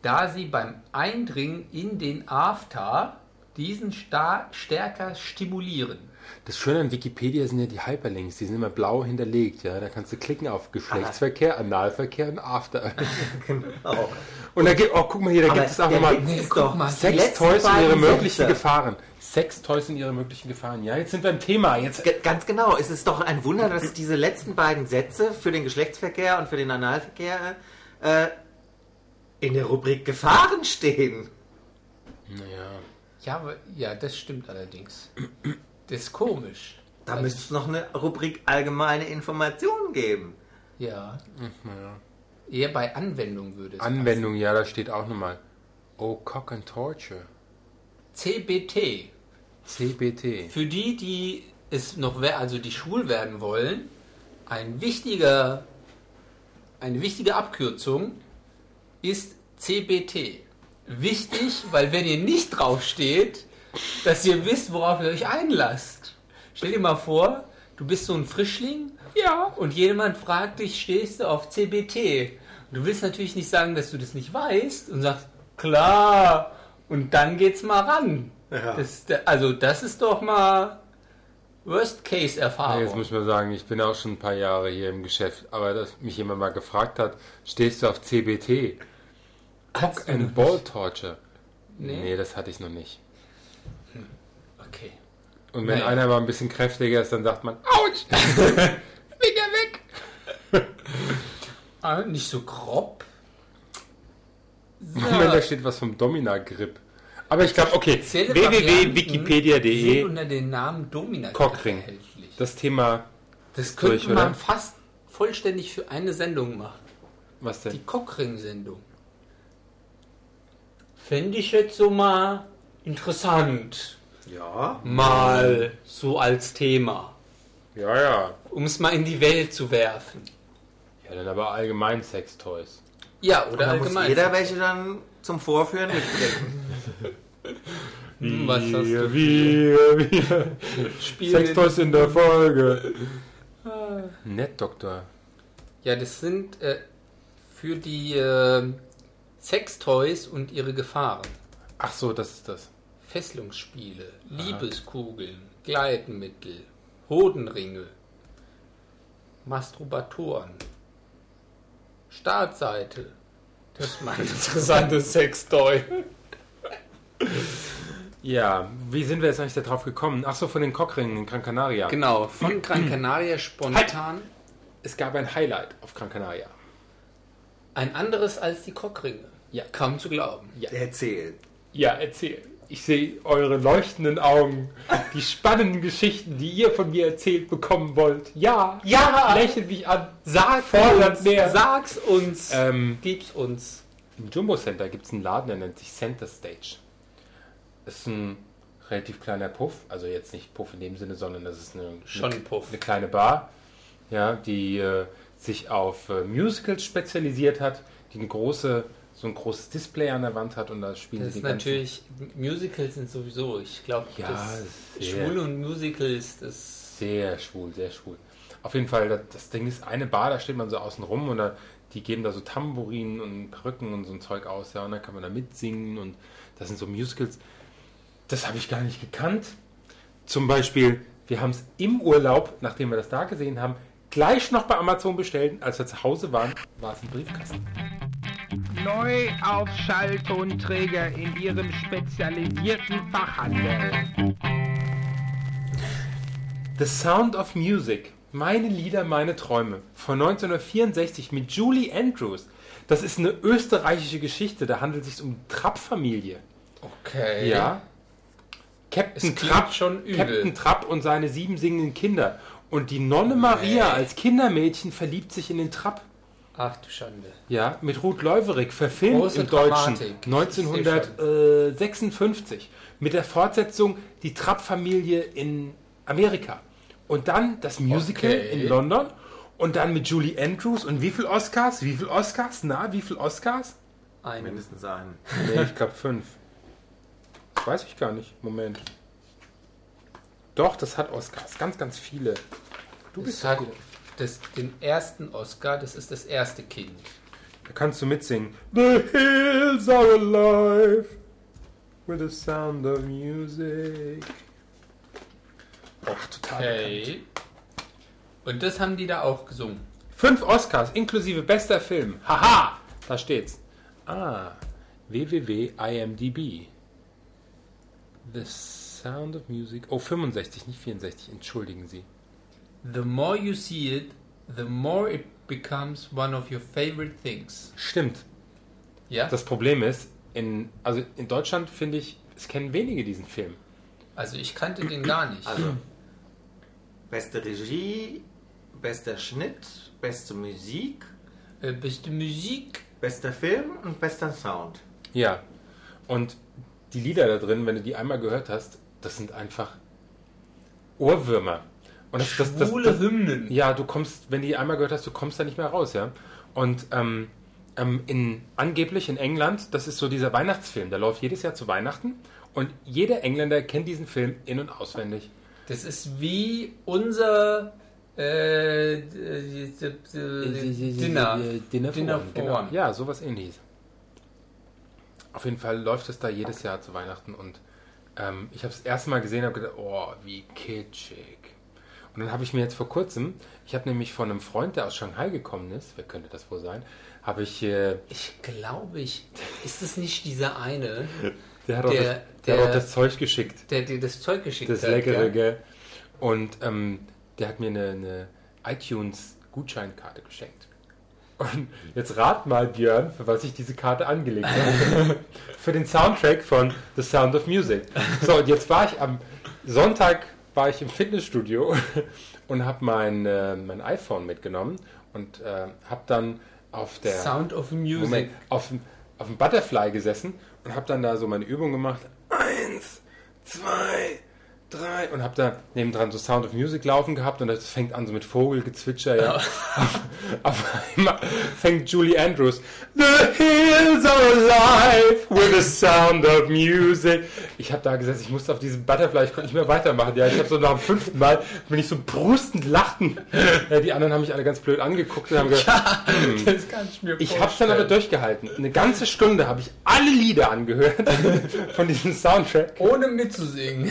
Speaker 1: da sie beim Eindringen in den After diesen star stärker stimulieren.
Speaker 2: Das Schöne an Wikipedia sind ja die Hyperlinks, die sind immer blau hinterlegt, ja. Da kannst du klicken auf Geschlechtsverkehr, Analverkehr und After.
Speaker 3: Genau.
Speaker 2: Und da gibt, oh, guck mal hier, da
Speaker 3: Aber
Speaker 2: gibt es auch
Speaker 3: der
Speaker 2: nochmal
Speaker 3: Witz
Speaker 1: Nee,
Speaker 3: ist
Speaker 1: guck
Speaker 3: doch,
Speaker 1: mal,
Speaker 3: die
Speaker 2: Sex,
Speaker 3: letzten
Speaker 2: Toys und ihre
Speaker 3: beiden
Speaker 2: möglichen
Speaker 3: Sätze.
Speaker 2: Gefahren. Sex, Toys und ihre möglichen Gefahren. Ja, jetzt sind wir im Thema. Jetzt,
Speaker 3: Ge- Ganz genau, es ist doch ein Wunder, dass diese letzten beiden Sätze für den Geschlechtsverkehr und für den Analverkehr äh, in der Rubrik Gefahren stehen.
Speaker 2: naja,
Speaker 1: Ja, aber- ja, das stimmt allerdings. Das ist komisch.
Speaker 3: Da müsste es noch eine Rubrik allgemeine Informationen geben.
Speaker 1: Ja. Eher bei Anwendung würde es.
Speaker 2: Anwendung, ja, da steht auch nochmal. Oh, Cock and Torture.
Speaker 1: passen. CBT.
Speaker 2: CBT.
Speaker 1: Für die, die es noch, wer- also die schwul werden wollen, ein wichtiger, eine wichtige Abkürzung ist CBT. Wichtig, weil wenn ihr nicht draufsteht, dass ihr wisst, worauf ihr euch einlasst. Stell dir mal vor, du bist so ein Frischling ja. und jemand fragt dich, stehst du auf CBT? Und du willst natürlich nicht sagen, dass du das nicht weißt und sagst, klar, und dann geht's mal ran.
Speaker 3: Ja.
Speaker 1: Das, ist der- also das ist doch mal
Speaker 2: Ja,
Speaker 1: Worst-Case-Erfahrung.
Speaker 2: Jetzt muss man sagen, ich bin auch schon ein paar Jahre hier im Geschäft, aber dass mich jemand mal gefragt hat, stehst du auf CBT? Cock and Ball Torture. Nee. das hatte ich noch nicht.
Speaker 1: okay.
Speaker 2: Und wenn
Speaker 1: Nee.
Speaker 2: einer mal ein bisschen kräftiger ist, dann sagt man, *laughs* ouch!
Speaker 1: Finger weg! ah, nicht so grob. So.
Speaker 2: Moment, da steht was vom Domina-Grip. Aber ich glaube, okay,
Speaker 1: Spezielle sind
Speaker 2: www.wikipedia.de,
Speaker 1: hm, unter dem Namen Domina
Speaker 2: Cockring.
Speaker 1: erhältlich.
Speaker 2: das Thema,
Speaker 1: Das könnte
Speaker 2: durch, oder?
Speaker 1: man fast vollständig für eine Sendung machen.
Speaker 2: was
Speaker 1: Die
Speaker 2: denn?
Speaker 1: Cockring-Sendung. Fände ich jetzt so mal interessant. Hm.
Speaker 3: Ja.
Speaker 1: Mal so als Thema.
Speaker 2: Ja, ja.
Speaker 1: um es mal in die Welt zu werfen.
Speaker 2: Ja, dann aber allgemein Sextoys.
Speaker 1: Ja, oder
Speaker 3: Da muss
Speaker 1: allgemein.
Speaker 3: jeder welche dann zum Vorführen mitbringen.
Speaker 1: Hm, was hast du?
Speaker 2: Wir, wir.
Speaker 1: Spielen.
Speaker 2: Sextoys in der Folge. Nett, Ah. Doktor.
Speaker 1: Ja, das sind äh, für die äh, Sextoys und ihre Gefahren.
Speaker 2: Ach so, das ist das.
Speaker 1: Fesselungsspiele, Liebeskugeln, Gleitmittel, Hodenringe, Masturbatoren, Startseite. Das ist mal ein *laughs* interessantes Sextoy.
Speaker 2: Ja, wie sind wir jetzt eigentlich darauf gekommen? Ach so, von den Cockringen in Gran Canaria.
Speaker 1: Genau, von Gran Canaria spontan.
Speaker 2: Es gab ein Highlight auf Gran Canaria.
Speaker 1: Ein anderes als die Cockringe. Ja, kaum zu glauben.
Speaker 3: Erzähl.
Speaker 2: Ja, erzähl. Ich sehe eure leuchtenden Augen. Die spannenden Geschichten, die ihr von mir erzählt bekommen wollt. Ja,
Speaker 1: Ja!
Speaker 2: lächelt mich an.
Speaker 1: Sag
Speaker 2: Fordert
Speaker 1: uns,
Speaker 2: mehr.
Speaker 1: sag's uns,
Speaker 2: Ähm,
Speaker 1: gib's uns.
Speaker 2: Im Jumbo Center gibt es einen Laden, der nennt sich Center Stage. Das ist ein relativ kleiner Puff, also jetzt nicht Puff in dem Sinne, sondern das ist eine,
Speaker 1: Schon
Speaker 2: eine,
Speaker 1: ein Puff.
Speaker 2: eine kleine Bar, ja, die äh, sich auf äh, Musicals spezialisiert hat, die eine große, so ein großes Display an der Wand hat und da spielen
Speaker 1: Das
Speaker 2: sie
Speaker 1: ist
Speaker 2: die ganzen,
Speaker 1: natürlich, Musicals sind sowieso, ich glaube,
Speaker 2: Ja,
Speaker 1: das
Speaker 2: das ist sehr-
Speaker 1: Schwule und Musicals, das
Speaker 2: sehr schwul, sehr schwul. Auf jeden Fall, das, das Ding ist eine Bar, da steht man so außen rum und da, die geben da so Tambourinen und Perücken und so ein Zeug aus, ja, und dann kann man da mitsingen und das sind so Musicals. Das habe ich gar nicht gekannt. Zum Beispiel, wir haben es im Urlaub, nachdem wir das da gesehen haben, gleich noch bei Amazon bestellt. Als wir zu Hause waren, war es ein Briefkasten.
Speaker 6: Neu auf Schalltonträger in ihrem spezialisierten Fachhandel.
Speaker 2: The Sound of Music. Meine Lieder, meine Träume. Von 1964 mit Julie Andrews. Das ist eine österreichische Geschichte. Da handelt es sich um Trapp-Familie.
Speaker 1: Okay.
Speaker 2: Ja. Captain
Speaker 1: Es klingt
Speaker 2: Trapp,
Speaker 1: schon übel.
Speaker 2: Captain Trapp und seine sieben singenden Kinder. Und die Nonne Maria als Kindermädchen verliebt sich in den Trapp.
Speaker 1: Ach du Schande.
Speaker 2: Ja, mit Ruth Leuwerig, verfilmt
Speaker 1: Große
Speaker 2: im Deutschen
Speaker 1: Dramatik. Ich
Speaker 2: 1956. Mit der Fortsetzung Die Trapp-Familie in Amerika. Und dann das Musical
Speaker 1: Okay.
Speaker 2: in London. Und dann mit Julie Andrews. Und wie viel Oscars? Wie viel Oscars? Na, wie viel Oscars?
Speaker 1: Ein,
Speaker 3: Mindestens einen.
Speaker 2: Nee, ich glaube fünf. Das weiß ich gar nicht. Moment. Doch, das hat Oscars. Ganz, ganz viele. Du bist
Speaker 1: das
Speaker 2: so
Speaker 1: hat
Speaker 2: gut.
Speaker 1: das, den ersten Oscar, das ist das erste Kind.
Speaker 2: Da kannst du mitsingen. The hills are alive with the sound of music. Ach, total bekannt.
Speaker 1: Okay. Und das haben die da auch gesungen.
Speaker 2: Fünf Oscars inklusive bester Film. Haha, da steht's. Ah, www.imdb. The Sound of Music. Oh, 65, nicht 64. Entschuldigen Sie.
Speaker 1: The more you see it, the more it becomes one of your favorite things.
Speaker 2: Stimmt.
Speaker 1: Ja?
Speaker 2: Das Problem ist, in, also in Deutschland finde ich, es kennen wenige diesen Film.
Speaker 1: also ich kannte den gar nicht.
Speaker 3: Also, beste Regie, bester Schnitt, beste Musik,
Speaker 1: äh, beste Musik.
Speaker 3: bester Film und bester Sound.
Speaker 2: Ja. Und die Lieder da drin, wenn du die einmal gehört hast, das sind einfach Ohrwürmer. Und das, das, das,
Speaker 1: Schwule
Speaker 2: das,
Speaker 1: Hymnen.
Speaker 2: ja, du kommst, wenn du die einmal gehört hast, du kommst da nicht mehr raus, ja. Und ähm, ähm, in, angeblich in England, das ist so dieser Weihnachtsfilm, der läuft jedes Jahr zu Weihnachten und jeder Engländer kennt diesen Film in- und auswendig.
Speaker 1: Das ist wie unser äh, d- d- d- Äh, Dinner.
Speaker 2: Dinner,
Speaker 1: Dinner
Speaker 2: for One.
Speaker 1: for
Speaker 2: Genau.
Speaker 1: One.
Speaker 2: Ja, sowas ähnliches. Auf jeden Fall läuft es da jedes Jahr zu Weihnachten und ähm, ich habe es erste Mal gesehen und habe gedacht, oh, wie kitschig. Und dann habe ich mir jetzt vor kurzem, ich habe nämlich von einem Freund, der aus Shanghai gekommen ist, wer könnte das wohl sein, habe ich, äh,
Speaker 1: Ich glaube, ich. Ist es nicht dieser eine,
Speaker 2: der, hat auch
Speaker 1: Der-
Speaker 2: das, der, hat
Speaker 1: der-
Speaker 2: auch das Zeug geschickt.
Speaker 1: der dir das Zeug geschickt
Speaker 2: Das
Speaker 1: hat?
Speaker 2: leckere,
Speaker 1: ja?
Speaker 2: gell? Und ähm, der hat mir eine, eine iTunes-Gutscheinkarte geschenkt. Und jetzt rat mal, Björn, für was ich diese Karte angelegt
Speaker 1: *laughs*
Speaker 2: habe. für den Soundtrack von The Sound of Music. So, und jetzt war ich am Sonntag war ich im Fitnessstudio und habe mein, äh, mein iPhone mitgenommen und äh, habe dann auf der...
Speaker 1: Sound of Music.
Speaker 2: Moment, auf, dem- auf dem Butterfly gesessen und habe dann da so meine Übung gemacht. Eins, zwei, drei und hab da nebendran so Sound of Music laufen gehabt und das fängt an so mit Vogelgezwitscher, ja. Auf einmal fängt Julie Andrews The hills are alive with the sound of music. Ich habe da gesessen, ich musste auf diesem Butterfly, ich konnte nicht mehr weitermachen. Ja, ich habe so nach dem fünften Mal bin ich so brustend lachten. Ja, die anderen haben mich alle ganz blöd angeguckt und haben gesagt, "Hm,
Speaker 1: Das kann ich mir
Speaker 2: ich habe es dann aber durchgehalten. Eine ganze Stunde habe ich alle Lieder angehört *laughs* von diesem Soundtrack, *laughs*
Speaker 1: Ohne mitzusingen.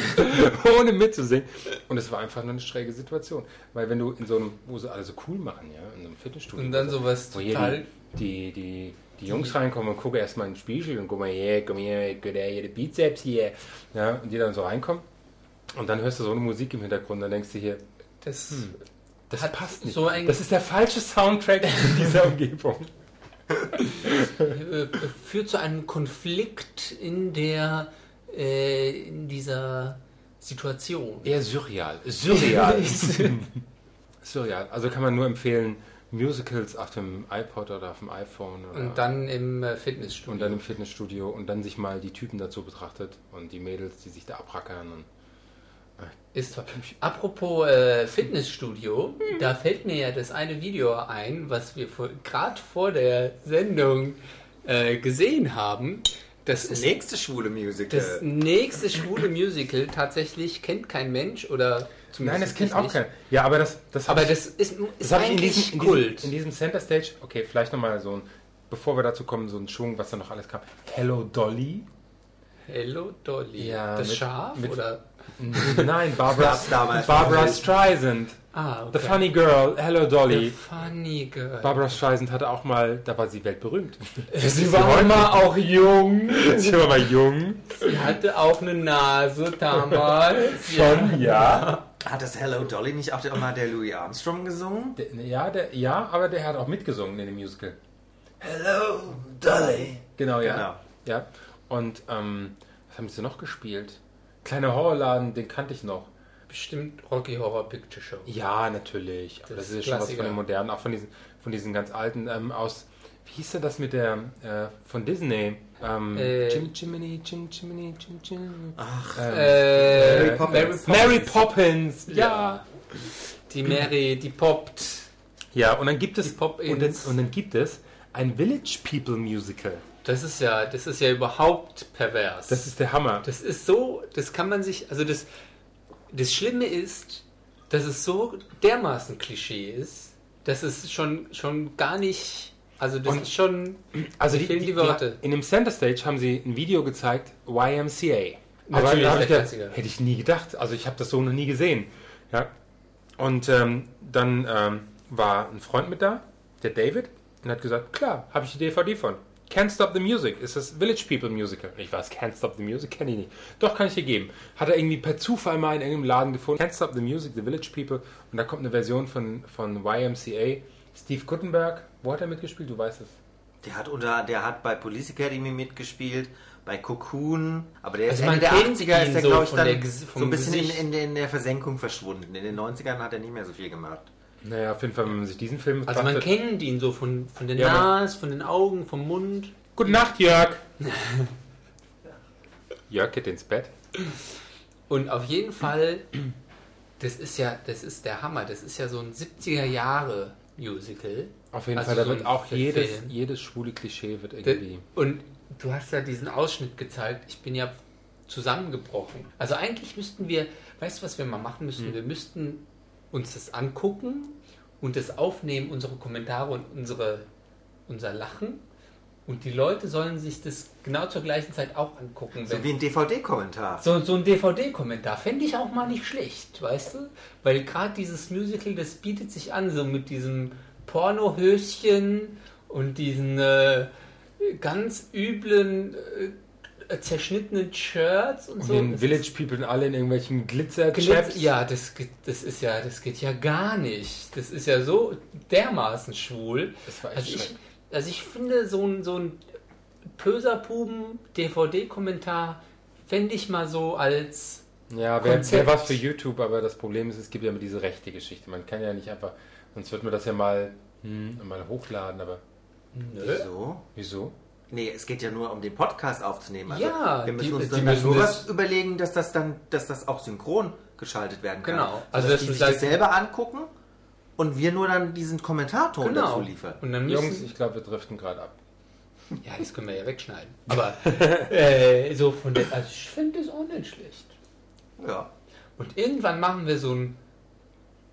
Speaker 2: ohne mitzusingen. Und es war einfach nur eine schräge Situation. Weil wenn du in so einem, wo sie alle so cool machen, ja, in so einem Fitnessstudio.
Speaker 1: Und dann sowas
Speaker 2: wo hier
Speaker 1: total.
Speaker 2: die, die, die, die Jungs reinkommen und gucken erstmal in den Spiegel und guck mal hier, guck mal hier, guck mal hier, der Bizeps hier. Ja, und die dann so reinkommen. Und dann hörst du so eine Musik im Hintergrund, dann denkst du hier,
Speaker 1: Das,
Speaker 2: Hm. das
Speaker 1: Hat
Speaker 2: passt nicht.
Speaker 1: so ein-
Speaker 2: das ist der falsche Soundtrack in
Speaker 1: *laughs*
Speaker 2: dieser Umgebung.
Speaker 1: äh, führt zu einem Konflikt in der. Äh, in dieser Situation.
Speaker 2: Eher surreal.
Speaker 1: *laughs*
Speaker 2: *laughs* Surreal. surreal. Also kann man nur empfehlen, Musicals auf dem iPod oder auf dem iPhone. Oder
Speaker 1: Und dann im äh, Fitnessstudio.
Speaker 2: und dann im Fitnessstudio und dann sich mal die Typen dazu betrachtet und die Mädels, die sich da abrackern. Und
Speaker 1: Ist toll. Apropos äh, Fitnessstudio,
Speaker 2: Hm.
Speaker 1: da fällt mir ja das eine Video ein, was wir vor, gerade vor der Sendung äh, gesehen haben. Das
Speaker 3: Das
Speaker 1: ist
Speaker 3: nächste schwule Musical.
Speaker 1: das
Speaker 2: Äh.
Speaker 1: nächste schwule Musical. Tatsächlich kennt kein Mensch oder zumindest
Speaker 2: Nein, das kennt
Speaker 1: ich
Speaker 2: auch
Speaker 1: nicht.
Speaker 2: keiner. Ja, aber das, das hab
Speaker 1: Aber
Speaker 2: ich-
Speaker 1: das ist,
Speaker 2: das
Speaker 1: ist
Speaker 2: hab ich in
Speaker 1: eigentlich
Speaker 2: diesem, in,
Speaker 1: Kult.
Speaker 2: diesem, in diesem Center Stage. Okay, vielleicht nochmal so ein, bevor wir dazu kommen, so ein Schwung, was da noch alles kam. Hello Dolly.
Speaker 1: Hello Dolly.
Speaker 2: Ja,
Speaker 1: das
Speaker 2: mit-
Speaker 1: Schaf
Speaker 2: mit-
Speaker 1: oder?
Speaker 2: Nein, Barbara,
Speaker 3: Das damals
Speaker 2: Barbara
Speaker 3: natürlich.
Speaker 2: Streisand.
Speaker 1: Ah, okay.
Speaker 2: The Funny Girl, Hello
Speaker 1: The
Speaker 2: Dolly.
Speaker 1: Funny Girl.
Speaker 2: Barbara Streisand hatte auch mal, da war sie weltberühmt.
Speaker 1: Sie war immer auch jung.
Speaker 2: sie war mal jung.
Speaker 1: Sie hatte auch eine Nase damals.
Speaker 2: *laughs* Schon, ja.
Speaker 3: Hat das Hello Dolly nicht auch der, mal der Louis Armstrong gesungen?
Speaker 2: Der, ja, der, ja, aber der hat auch mitgesungen in dem Musical.
Speaker 3: Hello Dolly.
Speaker 2: Genau, ja.
Speaker 3: Genau.
Speaker 2: Ja. Und ähm, was haben sie noch gespielt? Kleiner Horrorladen, den kannte ich noch.
Speaker 1: Bestimmt Rocky Horror Picture Show.
Speaker 2: Ja, natürlich. Aber
Speaker 1: Das ist
Speaker 2: das, ist ja schon was
Speaker 1: Klassiker.
Speaker 2: von den modernen, auch von diesen, von diesen ganz alten ähm, aus. Wie hieß denn das mit der äh, von Disney? Ähm,
Speaker 1: Äh.
Speaker 2: Jim Jiminy, Jim Jiminy, Jim Jim. Ach,
Speaker 1: Äh,
Speaker 3: Mary
Speaker 1: Mary Poppins.
Speaker 3: Poppins.
Speaker 2: Mary Ähm, Poppins. ja.
Speaker 1: Die Mary, die poppt.
Speaker 2: Ja, und dann gibt es
Speaker 1: Die Pop-Ins.
Speaker 2: und dann, und dann gibt es ein Village People Musical.
Speaker 1: Das ist ja, das ist ja überhaupt pervers.
Speaker 2: Das ist der Hammer.
Speaker 1: das ist so, das kann man sich, also das, das Schlimme ist, dass es so dermaßen Klischee ist, dass es schon, schon gar nicht, also das
Speaker 2: Und-
Speaker 1: ist schon,
Speaker 2: also
Speaker 1: mir fehlen die Worte.
Speaker 2: in dem Center Stage haben sie ein Video gezeigt YMCA. Aber
Speaker 1: Natürlich,
Speaker 2: Also da hab
Speaker 1: der
Speaker 2: ich gedacht,
Speaker 1: Klassiker.
Speaker 2: hätte ich nie gedacht. Also ich habe das so noch nie gesehen. Ja. Und ähm, dann ähm, war ein Freund mit da, der David, und hat gesagt, klar, habe ich die DVD von. Can't Stop the Music ist das Village People Musical. Und ich weiß, Can't Stop the Music kenne ich nicht. Doch, kann ich dir geben. Hat er irgendwie per Zufall mal in irgendeinem Laden gefunden. Can't Stop the Music, The Village People. Und da kommt eine Version von, von YMCA. Steve Guttenberg, wo hat er mitgespielt? Du weißt es.
Speaker 3: Der hat unter, der hat bei Police Academy mitgespielt, bei Cocoon, aber der
Speaker 1: Also
Speaker 3: ist
Speaker 1: man
Speaker 3: Ende der
Speaker 1: kennt
Speaker 3: 80er
Speaker 1: ihn
Speaker 3: ist der,
Speaker 1: so
Speaker 3: glaube ich,
Speaker 1: von
Speaker 3: dann
Speaker 1: der Ges-
Speaker 3: so
Speaker 1: vom
Speaker 3: ein bisschen in,
Speaker 1: Gesicht.
Speaker 3: in, in der Versenkung verschwunden. In den 90ern hat er nicht mehr so viel gemacht.
Speaker 2: Naja, auf jeden Fall, wenn man sich diesen Film
Speaker 1: also man
Speaker 2: betrachtet-
Speaker 1: kennt ihn so von, von der
Speaker 2: Ja, aber-
Speaker 1: Nase, von den Augen, vom Mund.
Speaker 2: Gute Nacht, Jörg. Jörg geht ins Bett.
Speaker 1: Und auf jeden Fall, das ist ja, das ist der Hammer. Das ist ja so ein 70er Jahre Musical.
Speaker 2: Auf jeden
Speaker 1: Also
Speaker 2: Fall, da
Speaker 1: so
Speaker 2: wird
Speaker 1: ein
Speaker 2: auch
Speaker 1: Film.
Speaker 2: jedes, jedes schwule Klischee wird
Speaker 1: De-
Speaker 2: irgendwie.
Speaker 1: Und du hast ja diesen Ausschnitt gezeigt. Ich bin ja zusammengebrochen. Also eigentlich müssten wir, weißt du, was wir mal machen müssen? Wir müssten uns das angucken und das aufnehmen, unsere Kommentare und unsere, unser Lachen. Und die Leute sollen sich das genau zur gleichen Zeit auch angucken.
Speaker 3: So
Speaker 1: wenn-
Speaker 3: wie ein DVD-Kommentar.
Speaker 1: so, so ein DVD-Kommentar fände ich auch mal nicht schlecht, weißt du? Weil gerade dieses Musical, das bietet sich an, so mit diesem Pornohöschen und diesen äh, ganz üblen, äh, zerschnittenen Shirts und,
Speaker 2: Und
Speaker 1: so.
Speaker 2: den
Speaker 1: Das
Speaker 2: Village People und alle in irgendwelchen
Speaker 1: ist
Speaker 2: Glitzer-Chaps.
Speaker 1: Glitz, ja, das, geht- das ist ja, das geht ja gar nicht. Das ist ja so dermaßen schwul.
Speaker 2: Das war echt
Speaker 1: also, ich,
Speaker 2: schrecklich.
Speaker 1: also ich finde, so ein, so ein Pöserpuben-DVD-Kommentar fände ich mal so als
Speaker 2: Ja, wäre
Speaker 1: Konzept.
Speaker 2: wär was für YouTube, aber das Problem ist, es gibt ja immer diese rechte Geschichte. Man kann ja nicht einfach. Sonst wird man das ja mal, hm, mal hochladen, aber
Speaker 1: Nö.
Speaker 3: So?
Speaker 2: wieso?
Speaker 3: Nee, es geht ja nur um den Podcast aufzunehmen. Also
Speaker 1: Ja,
Speaker 3: wir müssen
Speaker 1: die-
Speaker 3: uns
Speaker 1: die
Speaker 3: dann, dann
Speaker 1: müssen
Speaker 3: nur
Speaker 1: das-
Speaker 3: was überlegen, dass das dann, dass das auch synchron geschaltet werden kann.
Speaker 1: Genau. Also,
Speaker 3: Also
Speaker 1: dass
Speaker 3: dass die
Speaker 1: du
Speaker 3: sich
Speaker 1: sagst-
Speaker 3: das selber angucken und wir nur dann diesen Kommentator
Speaker 1: Genau.
Speaker 3: dazu liefern.
Speaker 1: Und dann müssen,
Speaker 2: Jungs, ich glaube, wir driften gerade ab.
Speaker 1: Ja, das können wir ja wegschneiden. Aber äh, so von der. Also ich finde das auch nicht schlecht.
Speaker 3: Ja.
Speaker 1: Und irgendwann machen wir so ein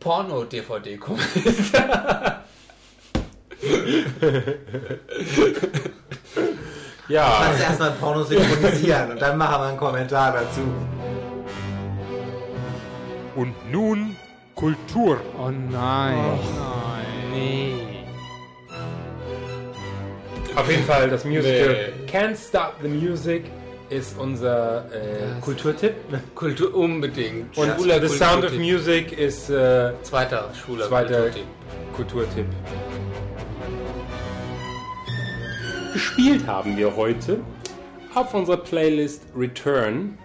Speaker 1: Porno-DVD-Kommentar.
Speaker 2: Ja,
Speaker 1: Ah.
Speaker 3: Kannst erstmal
Speaker 1: *laughs*
Speaker 3: Porno synchronisieren und dann machen wir einen Kommentar dazu.
Speaker 2: und nun Kultur.
Speaker 1: Oh nein. Nee.
Speaker 2: Auf jeden Fall, das Musical
Speaker 1: Nee.
Speaker 2: Can't Stop the Music ist unser äh,
Speaker 1: Das-
Speaker 2: Kulturtipp.
Speaker 1: Kultur unbedingt.
Speaker 2: Und
Speaker 1: Schwuler
Speaker 2: The Sound of
Speaker 1: Kulturtipp.
Speaker 2: Music ist äh,
Speaker 1: *laughs* Zweiter Schwuler
Speaker 2: Zweiter-
Speaker 1: Kulturtipp.
Speaker 2: Kulturtipp. Gespielt haben wir heute auf unserer Playlist Return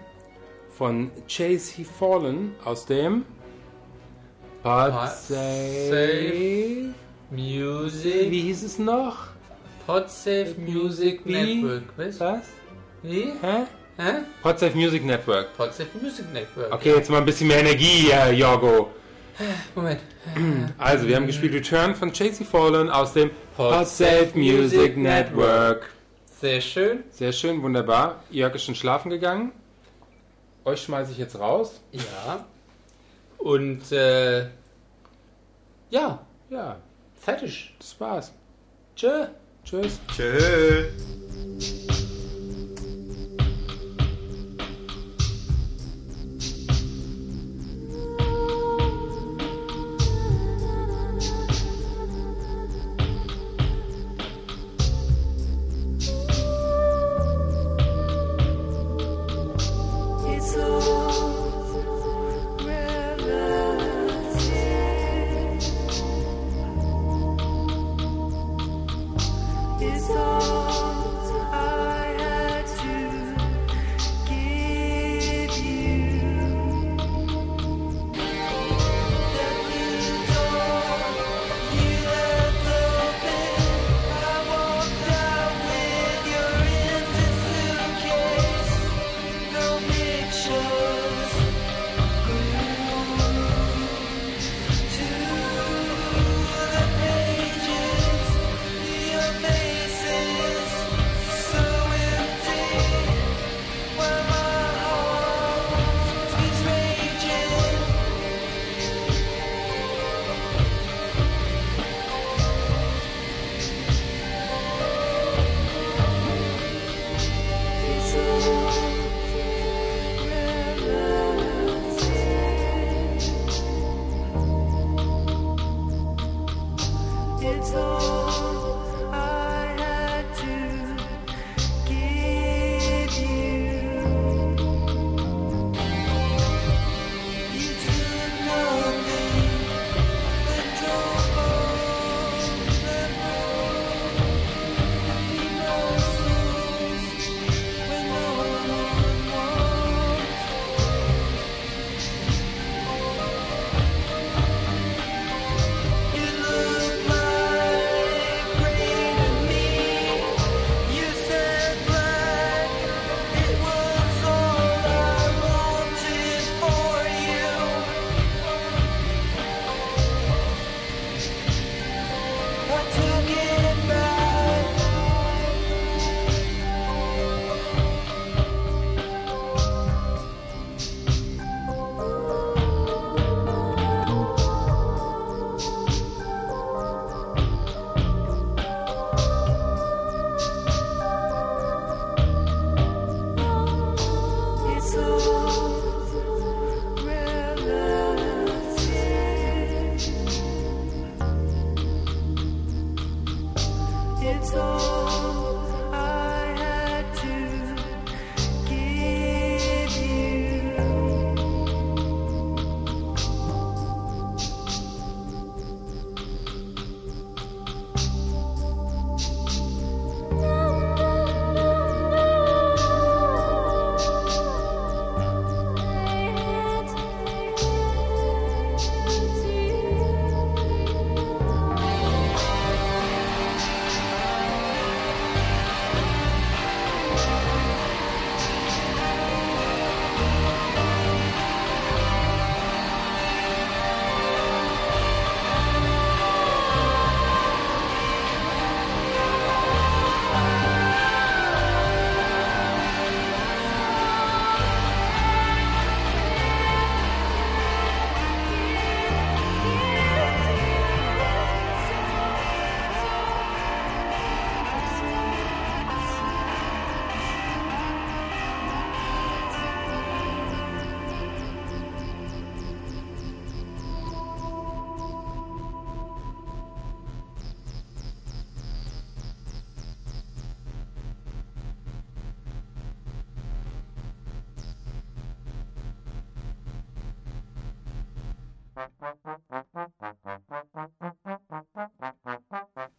Speaker 2: von Chase He Fallen aus dem Pod
Speaker 1: Pod
Speaker 2: Save.
Speaker 1: Save
Speaker 2: Wie
Speaker 1: Music.
Speaker 2: hieß es noch?
Speaker 1: Podsafe Music
Speaker 2: Wie?
Speaker 1: Network. Was?
Speaker 2: Was?
Speaker 1: Wie?
Speaker 2: Hä?
Speaker 1: Hä?
Speaker 2: Podsafe Music Network.
Speaker 1: Podsafe Music Network.
Speaker 2: Okay, jetzt mal ein bisschen mehr Energie, Herr Jorgo.
Speaker 1: Moment.
Speaker 2: Also, wir haben gespielt Return von Chasey Fallen aus dem Hot
Speaker 1: Hot
Speaker 2: Safe
Speaker 1: Safe
Speaker 2: Music
Speaker 1: Music
Speaker 2: Network.
Speaker 1: Sehr schön.
Speaker 2: Sehr schön, wunderbar. Jörg ist schon schlafen gegangen. Euch schmeiße ich jetzt raus.
Speaker 1: Ja. Und äh, ja,
Speaker 2: Ja,
Speaker 1: fertig.
Speaker 2: das war's.
Speaker 1: Tschö.
Speaker 2: Tschüss.
Speaker 3: Tschüss.
Speaker 7: It's all relative. It's all